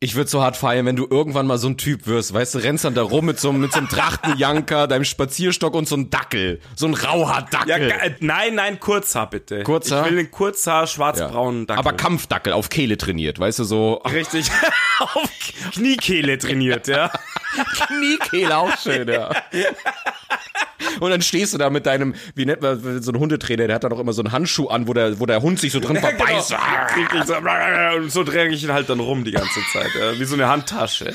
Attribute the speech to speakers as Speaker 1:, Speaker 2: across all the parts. Speaker 1: Ich würde so hart feiern, wenn du irgendwann mal so ein Typ wirst, weißt du, rennst dann da rum mit so, einem- mit so einem Trachtenjanker, deinem Spazierstock und so einem Dackel. So ein rauer
Speaker 2: Ja,
Speaker 1: Dackel.
Speaker 2: ge- äh, nein, nein, Kurzhaar bitte.
Speaker 1: Kurzhaar?
Speaker 2: Ich will den Kurzhaar, schwarzbraunen Dackel.
Speaker 1: Aber Kampfdackel auf Kehle trainiert, weißt du, so.
Speaker 2: Richtig. Auf Kniekehle trainiert, ja.
Speaker 1: Kniekehle auch schön, ja. Und dann stehst du da mit deinem, wie nennt man so ein Hundetrainer, der hat dann auch immer so einen Handschuh an, wo der, wo der Hund sich so drin
Speaker 2: genau.
Speaker 1: verbeißt.
Speaker 2: Richtig so, Und so drehe ich ihn halt dann rum die ganze Zeit. Ja. Wie so eine Handtasche.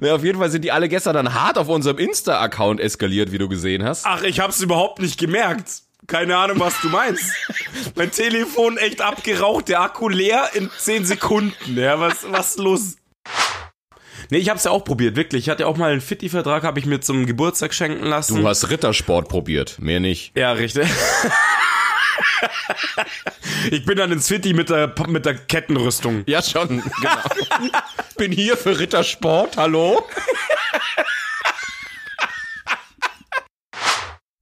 Speaker 1: Ja, auf jeden Fall sind die alle gestern dann hart auf unserem Insta-Account eskaliert, wie du gesehen hast.
Speaker 2: Ach, ich hab's überhaupt nicht gemerkt. Keine Ahnung, was du meinst. mein Telefon echt abgeraucht, der Akku leer in 10 Sekunden. Ja, was, was los? Nee, ich hab's ja auch probiert, wirklich. Ich hatte auch mal einen Fitti-Vertrag, habe ich mir zum Geburtstag schenken lassen.
Speaker 1: Du hast Rittersport probiert, mehr nicht.
Speaker 2: Ja, richtig. ich bin dann ins Fitti mit der, mit der Kettenrüstung.
Speaker 1: Ja, schon, genau. Bin hier für Rittersport, hallo?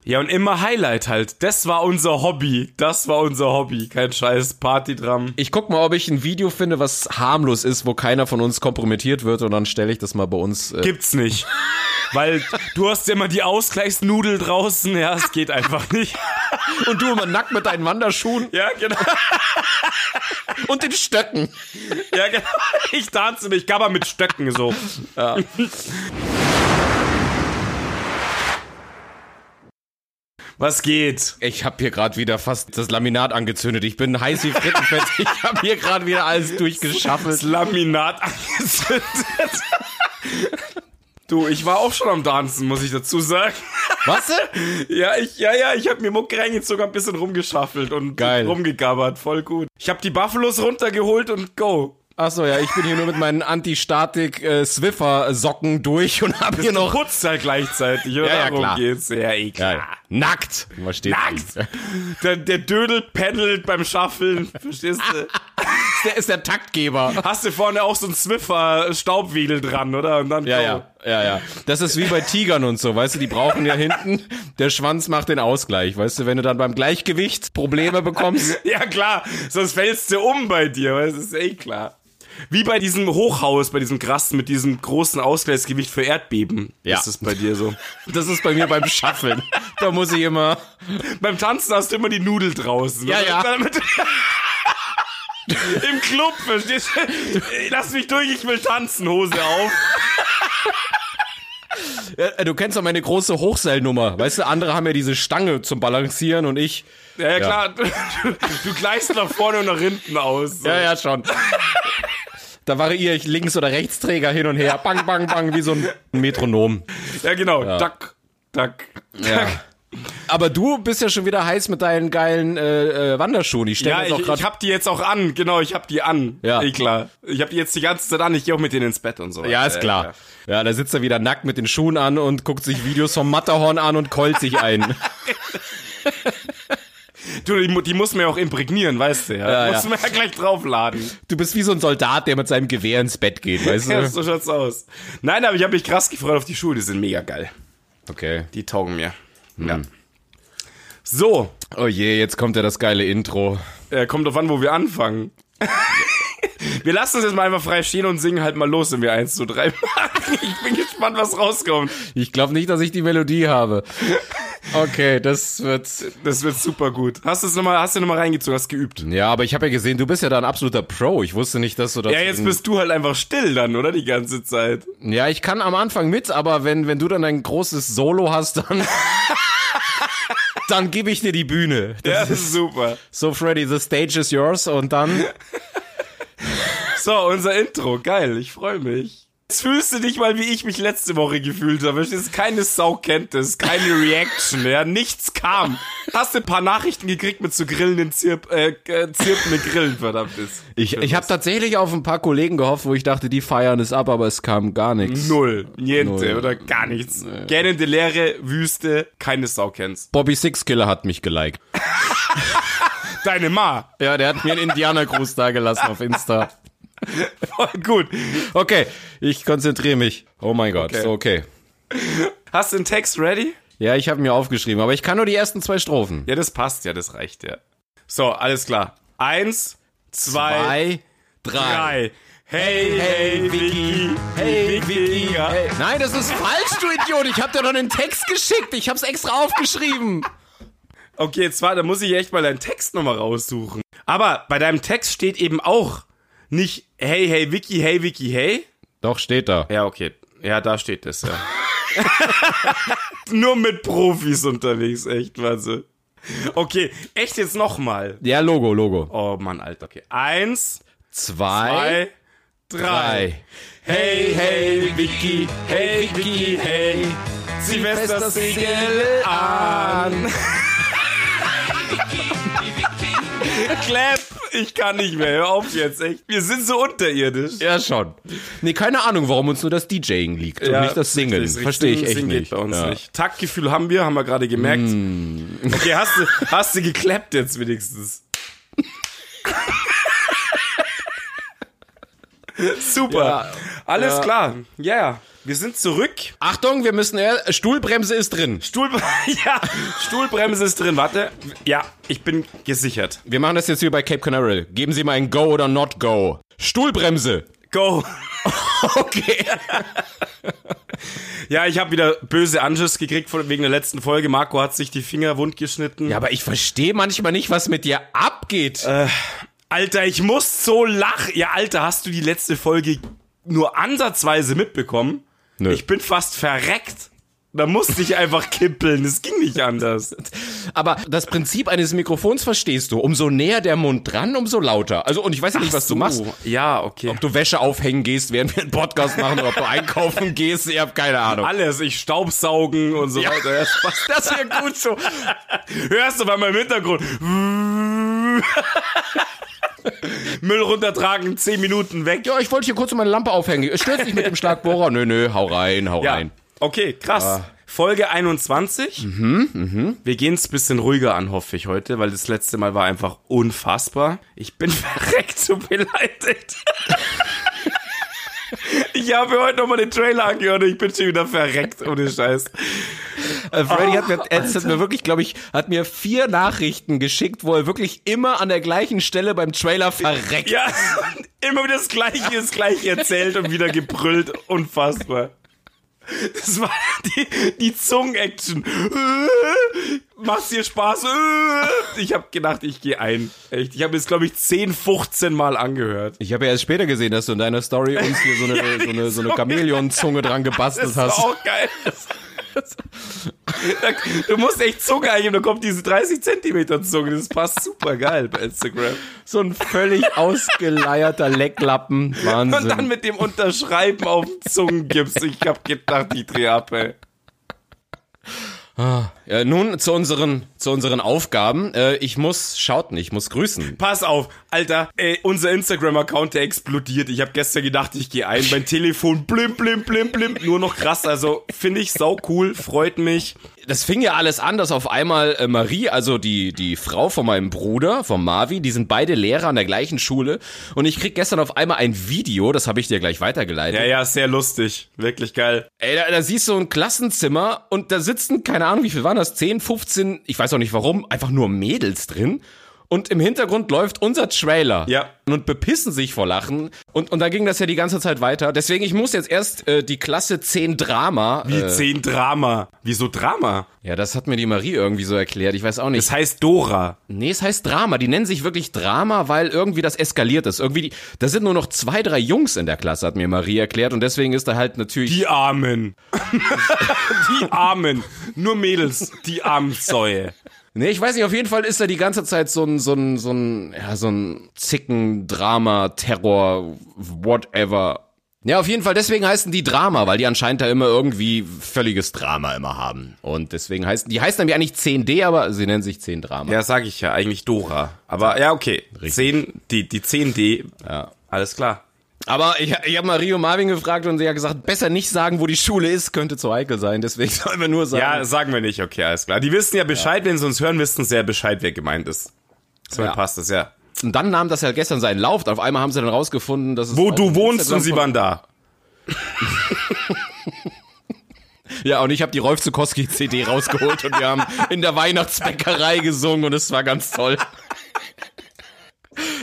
Speaker 2: Ja, und immer Highlight halt. Das war unser Hobby. Das war unser Hobby. Kein scheiß Partydram.
Speaker 1: Ich guck mal, ob ich ein Video finde, was harmlos ist, wo keiner von uns kompromittiert wird und dann stelle ich das mal bei uns. Äh,
Speaker 2: Gibt's nicht. Weil du hast ja immer die Ausgleichsnudel draußen. Ja, es geht einfach nicht.
Speaker 1: und du immer nackt mit deinen Wanderschuhen
Speaker 2: Ja, genau.
Speaker 1: und den Stöcken.
Speaker 2: Ja, genau. Ich tanze mich, aber mit Stöcken so. Was geht?
Speaker 1: Ich habe hier gerade wieder fast das Laminat angezündet. Ich bin heiß wie Frittenfett. Ich habe hier gerade wieder alles
Speaker 2: Das
Speaker 1: durchgeschaffelt.
Speaker 2: Laminat angezündet. Du, ich war auch schon am Tanzen, muss ich dazu sagen.
Speaker 1: Was?
Speaker 2: Ja, ich, ja, ja, ich hab mir Mucke reingezogen, hab ein bisschen rumgeschaffelt und
Speaker 1: Geil.
Speaker 2: rumgegabbert, voll gut. Ich hab die Buffalos runtergeholt und go.
Speaker 1: Achso, ja, ich bin hier nur mit meinen Anti-Statik-Swiffer-Socken durch und habe hier noch...
Speaker 2: Putzt halt gleichzeitig, oder?
Speaker 1: Ja, ja,
Speaker 2: Darum
Speaker 1: klar.
Speaker 2: geht's. Ja, eh klar.
Speaker 1: Ja, nackt. Mal steht
Speaker 2: Nackt! Der, der Dödel pendelt beim Schaffeln, verstehst du?
Speaker 1: Der ist der Taktgeber.
Speaker 2: Hast du vorne auch so einen Swiffer-Staubwedel dran, oder? Und dann
Speaker 1: Ja,
Speaker 2: go.
Speaker 1: ja, ja, ja. Das ist wie bei Tigern und so, weißt du, die brauchen ja hinten, der Schwanz macht den Ausgleich, weißt du, wenn du dann beim Gleichgewicht Probleme bekommst.
Speaker 2: Ja, klar, sonst fällst du um bei dir, weil es ist eh klar. Wie bei diesem Hochhaus, bei diesem Gras mit diesem großen Ausgleichsgewicht für Erdbeben.
Speaker 1: Ja.
Speaker 2: Ist es bei dir so.
Speaker 1: Das ist bei mir beim Schaffeln. Da muss ich immer,
Speaker 2: Beim Tanzen hast du immer die Nudel draußen.
Speaker 1: Ja, ja.
Speaker 2: Damit- Im Club, verstehst du? Lass mich durch, ich will tanzen, Hose auf.
Speaker 1: Äh, du kennst doch meine große Hochseilnummer, weißt du, andere haben ja diese Stange zum Balancieren und ich,
Speaker 2: Ja, ja, klar. Du, du gleichst nach vorne und nach hinten aus. So.
Speaker 1: ja, ja, schon. Da variiere ich links oder rechtsträger hin und her, bang, bang, bang, wie so ein Metronom.
Speaker 2: Ja, genau. Duck, duck, duck.
Speaker 1: Ja. Aber du bist ja schon wieder heiß mit deinen geilen äh, äh, Wanderschuhen. Ich stelle
Speaker 2: Ja,
Speaker 1: mir jetzt auch
Speaker 2: ich,
Speaker 1: gerade
Speaker 2: ich hab die jetzt auch an, genau, ich hab die an.
Speaker 1: Ja.
Speaker 2: Eh klar. Ich hab die jetzt die ganze Zeit an, ich gehe auch mit denen ins Bett und so.
Speaker 1: Ja, ist
Speaker 2: Äh,
Speaker 1: klar. Ja, da sitzt er wieder nackt mit den Schuhen an und guckt sich Videos vom Matterhorn an und keult sich ein.
Speaker 2: Du, die, mu- die muss man ja auch imprägnieren, weißt du, ja.
Speaker 1: Ja,
Speaker 2: muss
Speaker 1: ja.
Speaker 2: man ja gleich draufladen.
Speaker 1: Du bist wie so ein Soldat, der mit seinem Gewehr ins Bett geht, weißt
Speaker 2: Ja,
Speaker 1: du?
Speaker 2: so schaut's aus. Nein, aber ich hab mich krass gefreut auf die Schuhe, die sind mega geil.
Speaker 1: Okay.
Speaker 2: Die taugen mir. Ja. So,
Speaker 1: Oh je, jetzt kommt ja das geile Intro.
Speaker 2: äh, kommt auf an, wo wir anfangen. wir lassen es jetzt mal einfach frei stehen und singen halt mal los, wenn wir eins zu drei machen. Ich bin gespannt, was rauskommt.
Speaker 1: Ich glaube nicht, dass ich die Melodie habe. Okay, das wird.
Speaker 2: Das wird super gut. Hast du es nochmal, hast du nochmal reingezogen, hast geübt?
Speaker 1: Ja, aber ich habe ja gesehen, du bist ja da ein absoluter Pro. Ich wusste nicht, dass du das.
Speaker 2: Ja, jetzt bist du halt einfach still dann, oder? Die ganze Zeit.
Speaker 1: Ja, ich kann am Anfang mit, aber wenn, wenn du dann ein großes Solo hast, dann. dann gebe ich dir die Bühne.
Speaker 2: Ja, das ist super.
Speaker 1: So, Freddy, the stage is yours und dann.
Speaker 2: So, unser Intro. Geil, ich freue mich. Jetzt fühlst du dich mal, wie ich mich letzte Woche gefühlt habe. Verstehst? du? Keine Sau kennt es, keine Reaction, ja, nichts kam. Hast du ein paar Nachrichten gekriegt mit so grillenden Zirp, äh, äh, zirpende Grillen, verdammt ist.
Speaker 1: Ich, ich habe tatsächlich auf ein paar Kollegen gehofft, wo ich dachte, die feiern es ab, aber es kam gar nichts.
Speaker 2: Null, niente
Speaker 1: Null.
Speaker 2: oder gar nichts. Gähnende Leere, Wüste, keine Sau kennt's.
Speaker 1: Bobby Sixkiller hat mich geliked.
Speaker 2: Deine Ma.
Speaker 1: Ja, der hat mir einen Indianergruß dagelassen auf Insta.
Speaker 2: Voll gut.
Speaker 1: Okay, ich konzentriere mich. Oh mein Gott,
Speaker 2: Okay.
Speaker 1: so, okay.
Speaker 2: Hast du einen Text ready?
Speaker 1: Ja, ich habe mir aufgeschrieben, aber ich kann nur die ersten zwei Strophen.
Speaker 2: Ja, das passt ja, das reicht ja. So, alles klar. Eins, zwei,
Speaker 1: Zwei, drei.
Speaker 2: Drei. Hey, hey, Vicky. Hey, Vicky. Ja.
Speaker 1: Nein, das ist falsch, du Idiot. Ich hab dir doch einen Text geschickt. Ich hab's extra aufgeschrieben.
Speaker 2: Okay, jetzt war, da muss ich echt mal deinen Text nochmal raussuchen. Aber bei deinem Text steht eben auch nicht Hey, hey, Vicky, hey, Vicky, hey.
Speaker 1: Doch, steht da.
Speaker 2: Ja, okay. Ja, da steht das, ja. Nur mit Profis unterwegs, echt, Wahnsinn. Okay, echt jetzt nochmal.
Speaker 1: Ja, Logo, Logo.
Speaker 2: Oh Mann, Alter, okay. Eins,
Speaker 1: Zwei,
Speaker 2: zwei, drei. Hey, hey, Vicky, hey, Vicky, hey. Zieh fest das Segel an. Clap, ich kann nicht mehr, hör auf jetzt, echt. Wir sind so unterirdisch.
Speaker 1: Ja, schon. Nee, keine Ahnung, warum uns nur das DJing liegt und nicht das Singen.
Speaker 2: richtig, richtig.
Speaker 1: Verstehe ich echt
Speaker 2: Singen
Speaker 1: nicht.
Speaker 2: Geht bei uns
Speaker 1: ja. Mm.
Speaker 2: nicht. Taktgefühl haben wir, haben wir gerade gemerkt. Okay, hast du, hast du geklappt jetzt wenigstens. Super.
Speaker 1: Ja.
Speaker 2: Alles
Speaker 1: Ja.
Speaker 2: klar. Ja, yeah. wir sind zurück.
Speaker 1: Achtung, wir müssen. eher- Stuhlbremse ist drin.
Speaker 2: Stuhl ja, Stuhlbremse ist drin. Warte. Ja, ich bin gesichert.
Speaker 1: Wir machen das jetzt wie bei Cape Canaveral. Geben Sie mal ein Go oder Not Go. Stuhlbremse.
Speaker 2: Go.
Speaker 1: Okay.
Speaker 2: Ja, ich habe wieder böse Anschiss gekriegt von, wegen der letzten Folge. Marco hat sich die Finger wund geschnitten.
Speaker 1: Ja, aber ich verstehe manchmal nicht, was mit dir abgeht.
Speaker 2: Äh. Alter, ich muss so lachen. Ja, Alter, hast du die letzte Folge nur ansatzweise mitbekommen?
Speaker 1: Nö.
Speaker 2: Ich bin fast verreckt. Da musste ich einfach kippeln. Es ging nicht anders.
Speaker 1: Aber das Prinzip eines Mikrofons verstehst du. Umso näher der Mund dran, umso lauter. Also, und ich weiß ja nicht, was du machst.
Speaker 2: Ja, okay.
Speaker 1: Ob du Wäsche aufhängen gehst, während wir einen Podcast machen, oder ob du einkaufen gehst, ich habe keine Ahnung.
Speaker 2: Alles, ich staubsaugen und so weiter. Ja, Spaß.
Speaker 1: Das wäre gut so.
Speaker 2: Hörst du bei meinem Hintergrund? Müll runtertragen, 10 Minuten weg.
Speaker 1: Ja, ich wollte hier kurz um meine Lampe aufhängen. Stört dich mit dem Schlagbohrer? Nö, nö, hau rein, hau rein.
Speaker 2: Okay, krass. Folge 21. Wir gehen es ein bisschen ruhiger an, hoffe ich heute, weil das letzte Mal war einfach unfassbar. Ich bin verreckt so beleidigt. ich habe heute nochmal den Trailer angehört und ich bin schon wieder verreckt, ohne Scheiß.
Speaker 1: Äh, Freddy hat mir, Ed hat mir wirklich, glaube ich, hat mir vier Nachrichten geschickt, wo er wirklich immer an der gleichen Stelle beim Trailer verreckt.
Speaker 2: Ja, immer wieder das Gleiche, das Gleiche erzählt und wieder gebrüllt. Unfassbar. Das war die, die Zungen-Action. Macht's dir Spaß? Ich habe gedacht, ich gehe ein. Echt, ich habe es, glaube ich, 10, 15 Mal angehört.
Speaker 1: Ich habe ja erst später gesehen, dass du in deiner Story uns hier so eine,
Speaker 2: Ja, die
Speaker 1: so eine, so eine
Speaker 2: Zunge.
Speaker 1: Chamäleon-Zunge dran gebastelt
Speaker 2: Das war
Speaker 1: hast.
Speaker 2: auch geil. Du musst echt Zunge eingeben, da kommt diese 30 Zentimeter Zunge. Das passt super geil bei Instagram.
Speaker 1: So ein völlig ausgeleierter Lecklappen. Wahnsinn.
Speaker 2: Und dann mit dem Unterschreiben auf den Zungengips. Ich habe gedacht, ich dreh ab, ey.
Speaker 1: Ja, nun zu unseren, zu unseren Aufgaben. Äh, ich muss schauten, ich muss grüßen.
Speaker 2: Pass auf, Alter, ey, unser Instagram-Account, der explodiert. Ich habe gestern gedacht, ich gehe ein, mein Telefon blim, blim, blim, blim, nur noch krass. Also finde ich sau cool, freut mich.
Speaker 1: Das fing ja alles an, dass auf einmal äh, Marie, also die, die Frau von meinem Bruder, von Marvi, die sind beide Lehrer an der gleichen Schule. Und ich krieg gestern auf einmal ein Video, das habe ich dir gleich weitergeleitet.
Speaker 2: Ja, ja, sehr lustig, wirklich geil.
Speaker 1: Ey, da, da siehst du ein Klassenzimmer und da sitzen, keine Ahnung, wie viel waren das? 10, 15, ich weiß auch nicht warum, einfach nur Mädels drin. Und im Hintergrund läuft unser Trailer.
Speaker 2: Ja.
Speaker 1: Und bepissen sich vor Lachen. Und, und da ging das ja die ganze Zeit weiter. Deswegen, ich muss jetzt erst äh, die Klasse 10 Drama.
Speaker 2: Die
Speaker 1: Äh,
Speaker 2: 10 Drama. Wieso Drama?
Speaker 1: ja, das hat mir die Marie irgendwie so erklärt. Ich weiß auch nicht.
Speaker 2: Das heißt Dora.
Speaker 1: Nee, es heißt Drama. Die nennen sich wirklich Drama, weil irgendwie das eskaliert ist. Irgendwie, die, da sind nur noch zwei, drei Jungs in der Klasse, hat mir Marie erklärt. Und deswegen ist da halt natürlich.
Speaker 2: Die Armen. die Armen. Nur Mädels, die Armsäue.
Speaker 1: Nee, ich weiß nicht, auf jeden Fall ist da die ganze Zeit so ein, so ein, so ein, ja, so ein Zicken, Drama, Terror, whatever. Ja, auf jeden Fall, deswegen heißen die Drama, weil die anscheinend da immer irgendwie völliges Drama immer haben. Und deswegen heißen, die heißen nämlich eigentlich 10D, aber sie nennen sich 10 Drama.
Speaker 2: Ja, sag ich ja, eigentlich Dora. Aber ja, okay. Zehn, die, die 10D. Ja. Alles klar.
Speaker 1: Aber ich, ich habe mal Rio Marvin gefragt und sie hat gesagt, besser nicht sagen, wo die Schule ist, könnte zu heikel sein. Deswegen sollen wir nur sagen.
Speaker 2: Ja, sagen wir nicht, okay, alles klar. Die wissen ja Bescheid, wenn sie uns hören, wissen sie ja Bescheid, wer gemeint ist. So
Speaker 1: Ja.
Speaker 2: passt es, ja.
Speaker 1: Und dann nahm das ja gestern seinen Lauf. Auf einmal haben sie dann rausgefunden, dass es
Speaker 2: Wo
Speaker 1: auch
Speaker 2: du
Speaker 1: auf
Speaker 2: wohnst
Speaker 1: Instagram
Speaker 2: und sie
Speaker 1: von-
Speaker 2: waren da.
Speaker 1: Ja, und ich habe die Rolf Zukowski CD rausgeholt und wir haben in der Weihnachtsbäckerei gesungen und es war ganz toll.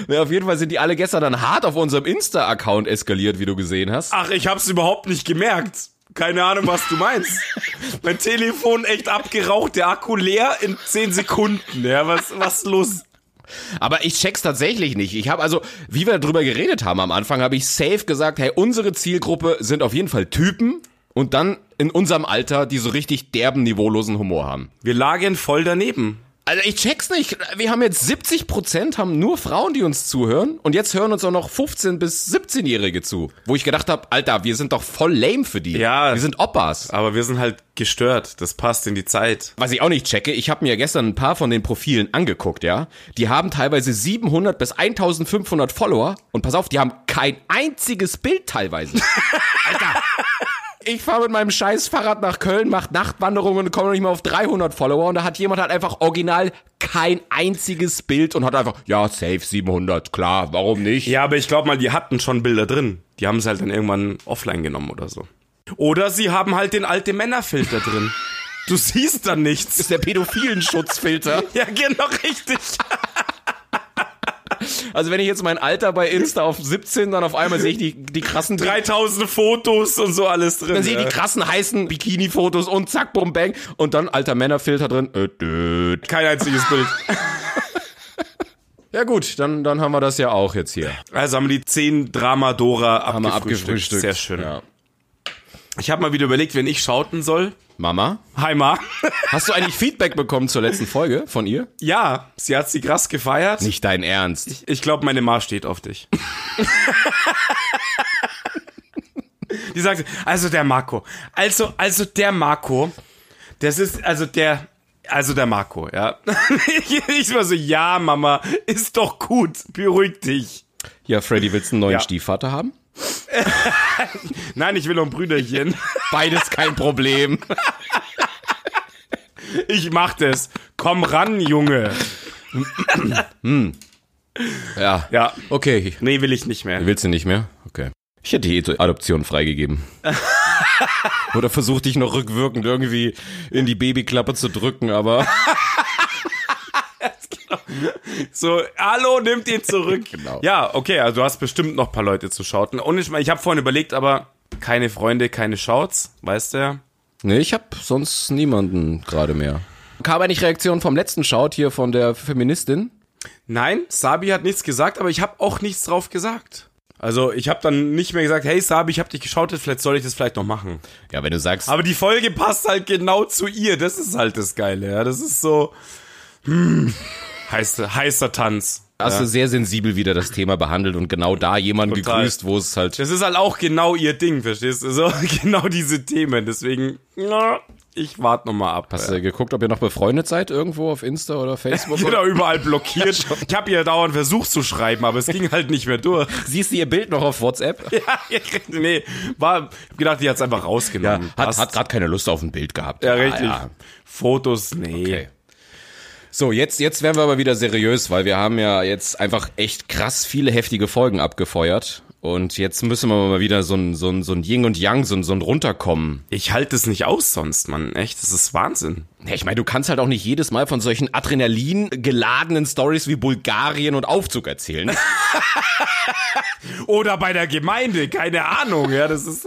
Speaker 1: Ja, auf jeden Fall sind die alle gestern dann hart auf unserem Insta-Account eskaliert, wie du gesehen hast.
Speaker 2: Ach, ich hab's überhaupt nicht gemerkt. Keine Ahnung, was du meinst. mein Telefon echt abgeraucht, der Akku leer in 10 Sekunden. Ja, was, was los?
Speaker 1: Aber ich check's tatsächlich nicht. Ich habe also, wie wir darüber geredet haben am Anfang, habe ich safe gesagt, hey, unsere Zielgruppe sind auf jeden Fall Typen und dann in unserem Alter, die so richtig derben, niveaulosen Humor haben.
Speaker 2: Wir lagen voll daneben.
Speaker 1: Also ich check's nicht. Wir haben jetzt 70 Prozent haben nur Frauen, die uns zuhören und jetzt hören uns auch noch 15 bis 17-Jährige zu, wo ich gedacht habe, Alter, wir sind doch voll lame für die.
Speaker 2: Ja.
Speaker 1: wir sind Oppas.
Speaker 2: Aber wir sind halt gestört. Das passt in die Zeit.
Speaker 1: Was ich auch nicht checke, ich habe mir gestern ein paar von den Profilen angeguckt, ja. Die haben teilweise 700 bis 1500 Follower und pass auf, die haben kein einziges Bild teilweise. Alter. Ich fahre mit meinem scheiß Fahrrad nach Köln, mach Nachtwanderungen und komme noch nicht mal auf 300 Follower und da hat jemand halt einfach original kein einziges Bild und hat einfach, ja, safe 700, klar, warum nicht?
Speaker 2: Ja, aber ich glaube mal, die hatten schon Bilder drin. Die haben es halt dann irgendwann offline genommen oder so. Oder sie haben halt den alte Männerfilter drin. Du siehst dann nichts.
Speaker 1: ist der pädophilen Schutzfilter.
Speaker 2: Ja, genau richtig.
Speaker 1: Also wenn ich jetzt mein Alter bei Insta auf 17, dann auf einmal sehe ich die, die krassen
Speaker 2: 3000 Fotos und so alles drin.
Speaker 1: Dann sehe ich
Speaker 2: ja.
Speaker 1: die krassen heißen Bikini-Fotos und zack, bum, bang. Und dann alter Männerfilter drin. Äh, död.
Speaker 2: Kein einziges Bild.
Speaker 1: Ja gut, dann, dann haben wir das ja auch jetzt hier.
Speaker 2: Also haben wir die 10 Drama Dora
Speaker 1: Haben wir
Speaker 2: abgefrühstückt.
Speaker 1: abgefrühstückt.
Speaker 2: Sehr schön.
Speaker 1: Ja.
Speaker 2: Ich habe mal wieder überlegt, wenn ich schauten soll.
Speaker 1: Mama,
Speaker 2: Hi Ma.
Speaker 1: hast du eigentlich Feedback bekommen zur letzten Folge von ihr?
Speaker 2: Ja, sie hat sie krass gefeiert.
Speaker 1: Nicht dein Ernst.
Speaker 2: Ich glaube, meine Ma steht auf dich. Die sagt, also der Marco, also, also der Marco, das ist, also der, also der Marco, ja. Ich, ich war so, ja, Mama, ist doch gut, beruhig dich.
Speaker 1: Ja, Freddy, willst du einen neuen
Speaker 2: Ja.
Speaker 1: Stiefvater haben?
Speaker 2: Nein, ich will noch ein Brüderchen.
Speaker 1: Beides kein Problem.
Speaker 2: Ich mach das. Komm ran, Junge.
Speaker 1: Ja.
Speaker 2: Ja.
Speaker 1: Okay.
Speaker 2: Nee, will ich nicht mehr.
Speaker 1: Willst du nicht mehr? Okay. Ich hätte die Adoption freigegeben. Oder versucht dich noch rückwirkend irgendwie in die Babyklappe zu drücken, aber.
Speaker 2: So, hallo, nimmt ihr zurück.
Speaker 1: Genau.
Speaker 2: Ja, okay, also du hast bestimmt noch ein paar Leute zu schauten. Und ich, ich habe vorhin überlegt, aber keine Freunde, keine Shouts, weißt du ja.
Speaker 1: Nee, ich hab sonst niemanden gerade mehr. Kam eigentlich Reaktion vom letzten Shout hier von der Feministin?
Speaker 2: Nein, Sabi hat nichts gesagt, aber ich habe auch nichts drauf gesagt. Also ich habe dann nicht mehr gesagt, hey Sabi, ich habe dich geschautet, vielleicht soll ich das vielleicht noch machen.
Speaker 1: Ja, wenn du sagst,
Speaker 2: Aber die Folge passt halt genau zu ihr, das ist halt das Geile, ja. Das ist so, hm, heißer, heißer Tanz.
Speaker 1: hast du sehr sensibel wieder das Thema behandelt und genau da jemanden
Speaker 2: Total.
Speaker 1: gegrüßt, wo es halt.
Speaker 2: Das ist halt auch genau ihr Ding, verstehst du? So, genau diese Themen, deswegen, na, ich warte nochmal ab.
Speaker 1: Hast du äh, geguckt, ob ihr noch befreundet seid irgendwo auf Insta oder Facebook?
Speaker 2: Genau, überall blockiert. Ich habe ihr dauernd versucht zu schreiben, aber es ging halt nicht mehr durch.
Speaker 1: Siehst du ihr Bild noch auf WhatsApp?
Speaker 2: Ja, ich- nee, war, ich hab gedacht, die hat's einfach rausgenommen.
Speaker 1: Hat,
Speaker 2: Passt.
Speaker 1: hat gerade keine Lust auf ein Bild gehabt.
Speaker 2: Ja, richtig.
Speaker 1: Ah, ja.
Speaker 2: Fotos, nee.
Speaker 1: Okay. So, jetzt, jetzt werden wir aber wieder seriös, weil wir haben ja jetzt einfach echt krass viele heftige Folgen abgefeuert. Und jetzt müssen wir mal wieder so ein, so ein, so ein Yin und Yang, so ein, so ein Runterkommen
Speaker 2: Ich halte es nicht aus sonst, Mann. Echt, das ist Wahnsinn.
Speaker 1: Ja, ich meine, du kannst halt auch nicht jedes Mal von solchen Adrenalin geladenen Stories wie Bulgarien und Aufzug erzählen.
Speaker 2: Oder bei der Gemeinde, keine Ahnung. Ja, das ist,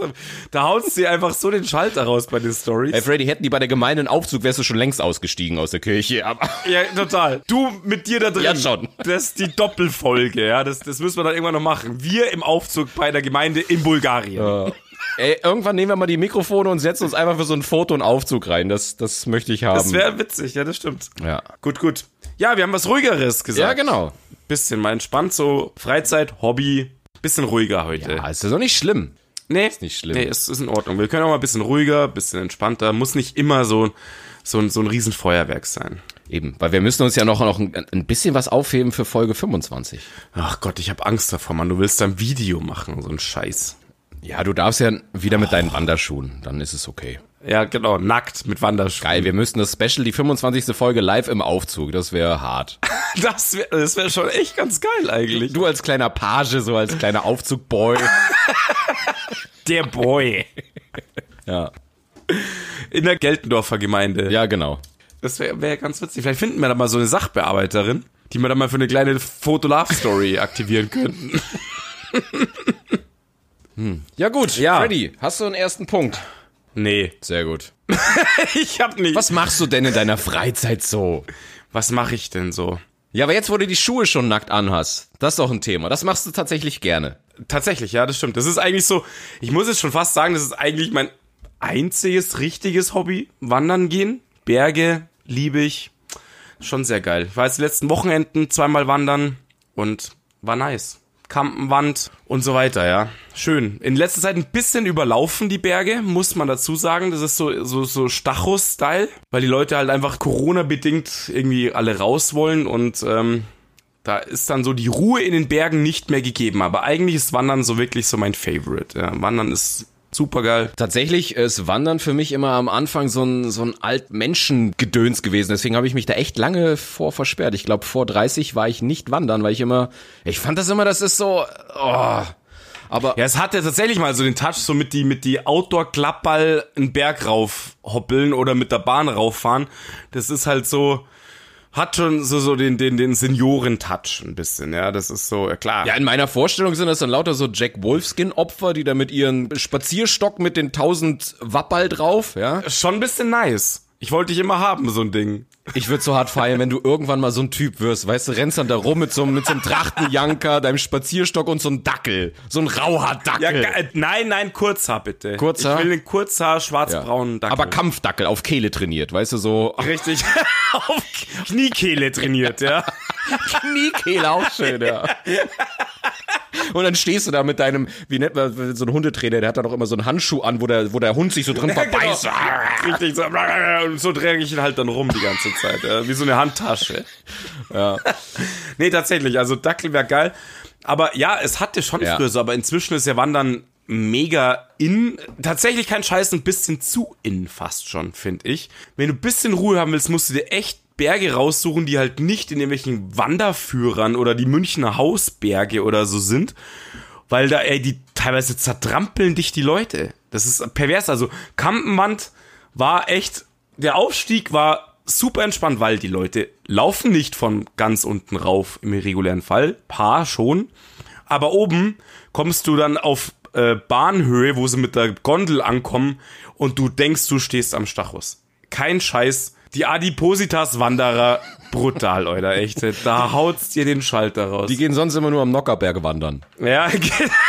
Speaker 2: da haut's dir einfach so den Schalter raus bei den
Speaker 1: Hey,
Speaker 2: Stories.
Speaker 1: Freddy, hätten die bei der Gemeinde einen Aufzug, wärst du schon längst ausgestiegen aus der Kirche. Aber
Speaker 2: Ja, total. Du mit dir da drin.
Speaker 1: Ja, schon.
Speaker 2: Das ist die Doppelfolge, ja. Das, das müssen wir dann irgendwann noch machen. Wir im Aufzug bei der Gemeinde in Bulgarien.
Speaker 1: Ähm. ey, irgendwann nehmen wir mal die Mikrofone und setzen uns einfach für so ein Foto und Aufzug rein. Das, das möchte ich haben.
Speaker 2: Das wäre witzig, ja, das stimmt.
Speaker 1: ja.
Speaker 2: Gut, gut. Ja, wir haben was Ruhigeres gesagt.
Speaker 1: ja, genau.
Speaker 2: Bisschen mal entspannt, so Freizeit, Hobby. Bisschen ruhiger heute.
Speaker 1: Ja, Ah, ist das doch nicht schlimm.
Speaker 2: nee,
Speaker 1: ist nicht schlimm.
Speaker 2: Nee, es ist in Ordnung. Wir können auch mal ein bisschen ruhiger, ein bisschen entspannter. Muss nicht immer so, so, ein- so ein Riesenfeuerwerk sein.
Speaker 1: Eben, weil wir müssen uns ja noch, noch ein, ein bisschen was aufheben für Folge 25.
Speaker 2: Ach Gott, ich habe Angst davor, Mann. Du willst da ein Video machen, so ein Scheiß.
Speaker 1: Ja, du darfst ja wieder mit deinen Wanderschuhen. Dann ist es okay.
Speaker 2: Ja, genau, nackt mit Wanderschuhen.
Speaker 1: Geil, wir müssten das Special, die 25. Folge live im Aufzug. Das wäre hart.
Speaker 2: Das wäre das wär schon echt ganz geil eigentlich.
Speaker 1: Du als kleiner Page, so als kleiner Aufzugboy.
Speaker 2: Der Boy.
Speaker 1: Ja.
Speaker 2: In der Geltendorfer Gemeinde.
Speaker 1: Ja, genau.
Speaker 2: Das wäre wär ganz witzig. Vielleicht finden wir da mal so eine Sachbearbeiterin, die wir dann mal für eine kleine Foto-Love-Story aktivieren könnten.
Speaker 1: Ja gut,
Speaker 2: Ja.
Speaker 1: Freddy, hast du einen ersten Punkt?
Speaker 2: Nee,
Speaker 1: Sehr gut.
Speaker 2: ich hab nicht.
Speaker 1: Was machst du denn in deiner Freizeit so?
Speaker 2: was mache ich denn so?
Speaker 1: Ja, aber jetzt, wo du die Schuhe schon nackt anhast, das ist doch ein Thema. Das machst du tatsächlich gerne.
Speaker 2: Tatsächlich, ja, das stimmt. Das ist eigentlich so, ich muss jetzt schon fast sagen, das ist eigentlich mein einziges richtiges Hobby. Wandern gehen, Berge, liebe ich. Schon sehr geil. Ich war jetzt die letzten Wochenenden zweimal wandern und war nice. Kampenwand und so weiter, ja. Schön. In letzter Zeit ein bisschen überlaufen die Berge, muss man dazu sagen. Das ist so, so, so Stachus-Style, weil die Leute halt einfach Corona-bedingt irgendwie alle raus wollen und ähm, da ist dann so die Ruhe in den Bergen nicht mehr gegeben. Aber eigentlich ist Wandern so wirklich so mein Favorite. Ja, Wandern ist super geil.
Speaker 1: Tatsächlich ist Wandern für mich immer am Anfang so ein, so ein Altmenschengedöns gewesen. Deswegen habe ich mich da echt lange vor versperrt. Ich glaube, vor 30 war ich nicht wandern, weil ich immer, ich fand das immer, das ist so, oh. Aber
Speaker 2: Ja, es hat ja tatsächlich mal so den Touch, so mit die, mit die Outdoor-Klappball einen Berg rauf hoppeln oder mit der Bahn rauffahren. Das ist halt so, hat schon so, so den, den, den Senioren-Touch ein bisschen. Ja, das ist so, ja, klar.
Speaker 1: ja, in meiner Vorstellung sind das dann lauter so Jack Wolfskin-Opfer, die da mit ihren Spazierstock mit den 1000 Wappal drauf, ja.
Speaker 2: schon ein bisschen nice. Ich wollte dich immer haben, so ein Ding.
Speaker 1: Ich würde so hart feiern, wenn du irgendwann mal so ein Typ wirst, weißt du, rennst dann da rum mit so, einem- mit so einem Trachtenjanker, deinem Spazierstock und so einem Dackel. So ein rauer
Speaker 2: Ja,
Speaker 1: Dackel.
Speaker 2: ge- nein, nein, Kurzhaar bitte.
Speaker 1: Kurzhaar?
Speaker 2: Ich will den Kurzhaar, schwarzbraunen Dackel.
Speaker 1: Aber Kampfdackel auf Kehle trainiert, weißt du, so.
Speaker 2: Richtig. Auf Kniekehle trainiert, ja.
Speaker 1: Kniekehle auch schön, ja. Und dann stehst du da mit deinem, wie nennt man so ein Hundetrainer, der hat da doch immer so einen Handschuh an, wo der, wo der Hund sich so drin verbeißt.
Speaker 2: Genau. Richtig so. Und so drehe ich ihn halt dann rum die ganze Zeit. Ja. Wie so eine Handtasche. Ja. Nee, tatsächlich. Also Dackel wäre geil. Aber ja, es hatte schon
Speaker 1: Ja.
Speaker 2: früher so, aber inzwischen ist ja Wandern mega in. Tatsächlich kein Scheiß, ein bisschen zu in fast schon, finde ich. Wenn du ein bisschen Ruhe haben willst, musst du dir echt Berge raussuchen, die halt nicht in irgendwelchen Wanderführern oder die Münchner Hausberge oder so sind, weil da, ey, die teilweise zertrampeln dich die Leute. Das ist pervers. Also, Kampenwand war echt, der Aufstieg war super entspannt, weil die Leute laufen nicht von ganz unten rauf im regulären Fall. Paar schon. Aber oben kommst du dann auf äh, Bahnhöhe, wo sie mit der Gondel ankommen und du denkst, du stehst am Stachus. Kein Scheiß. Die Adipositas-Wanderer, brutal, Alter, echt. Da haut's dir den Schalter raus.
Speaker 1: Die gehen sonst immer nur am Nockerberge wandern.
Speaker 2: Ja,